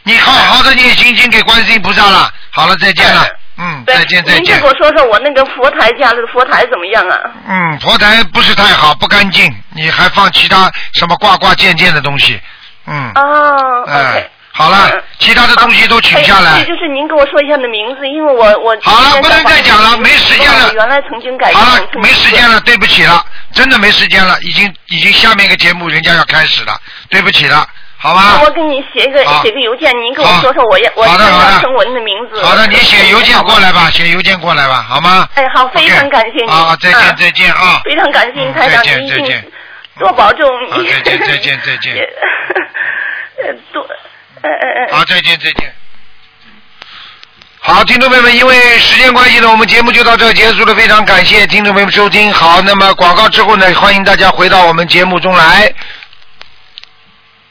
S1: 你好好的念心经给观世音菩萨了。好了，再见了，嗯，
S7: 对
S1: 再见再
S7: 您就
S1: 见
S7: 给。我说说我那个佛台家里的佛台怎么样啊？
S1: 嗯，佛台不是太好，不干净，你还放其他什么挂挂件件的东西，嗯，
S7: 哦
S1: 哎
S7: ，OK。，
S1: 好了
S7: 嗯，
S1: 其他的东西都取下
S7: 哎
S1: 来
S7: 这。就是您给我说一下你的名字，因为我我
S1: 好了不能再讲了没时间了
S7: 我原来曾经改过
S1: 好了
S7: 一次，
S1: 没时间了，对不起了，真的没时间了，已经已经下面一个节目人家要开始了，对不起了，好吧？
S7: 我给你写一个
S1: 好
S7: 写个邮件，您给我
S1: 好
S7: 说说我也我
S1: 啊好的好的
S7: 要称我的名字。
S1: 好的，你写邮件过。来吧，写邮件过来吧，好吗？
S7: 哎，好，非常
S1: OK
S7: 感谢您。
S1: 啊，再见
S7: 嗯
S1: 再见啊！
S7: 非常感谢您，
S1: 嗯
S7: 台
S1: 再
S7: 长，
S1: 见
S7: 您一
S1: 再
S7: 定
S1: 见
S7: 多保重。
S1: 好再见再见再 见
S7: 呃，多，呃呃呃
S1: 好，，再见，再见。好，听众朋友们，因为时间关系呢，我们节目就到这儿结束了。非常感谢听众朋友们收听。好，那么广告之后呢，欢迎大家回到我们节目中来。